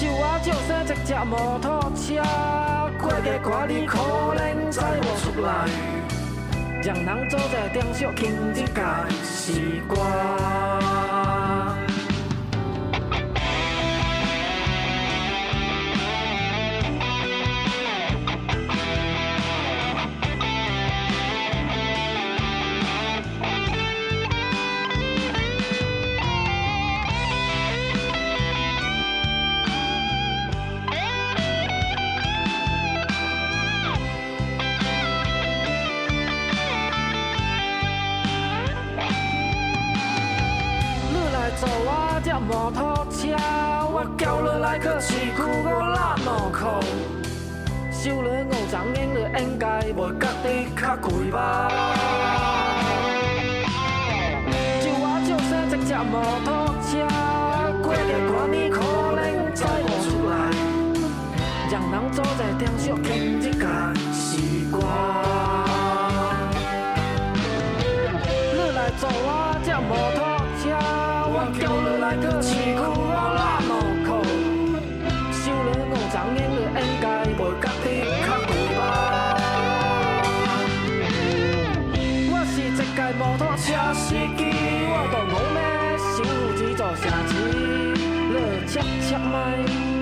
S5: 就我借生一只摩托车，过个看你可能载我出来，让人做者点小经济界是我。你来坐我这摩托车，我叫你来去市区我拉两口，收你五十元，你应该袂觉你较贵吧？就我借生一只摩托车，过个看你可能载我出来，让人做者点小经济界是我。你来坐我这摩托车，我叫你来去市区我拉路口，收你五十元，你应该袂觉你较贵吧？我是一个摩托车司机，我都无咩收入资助城市，你切切麦。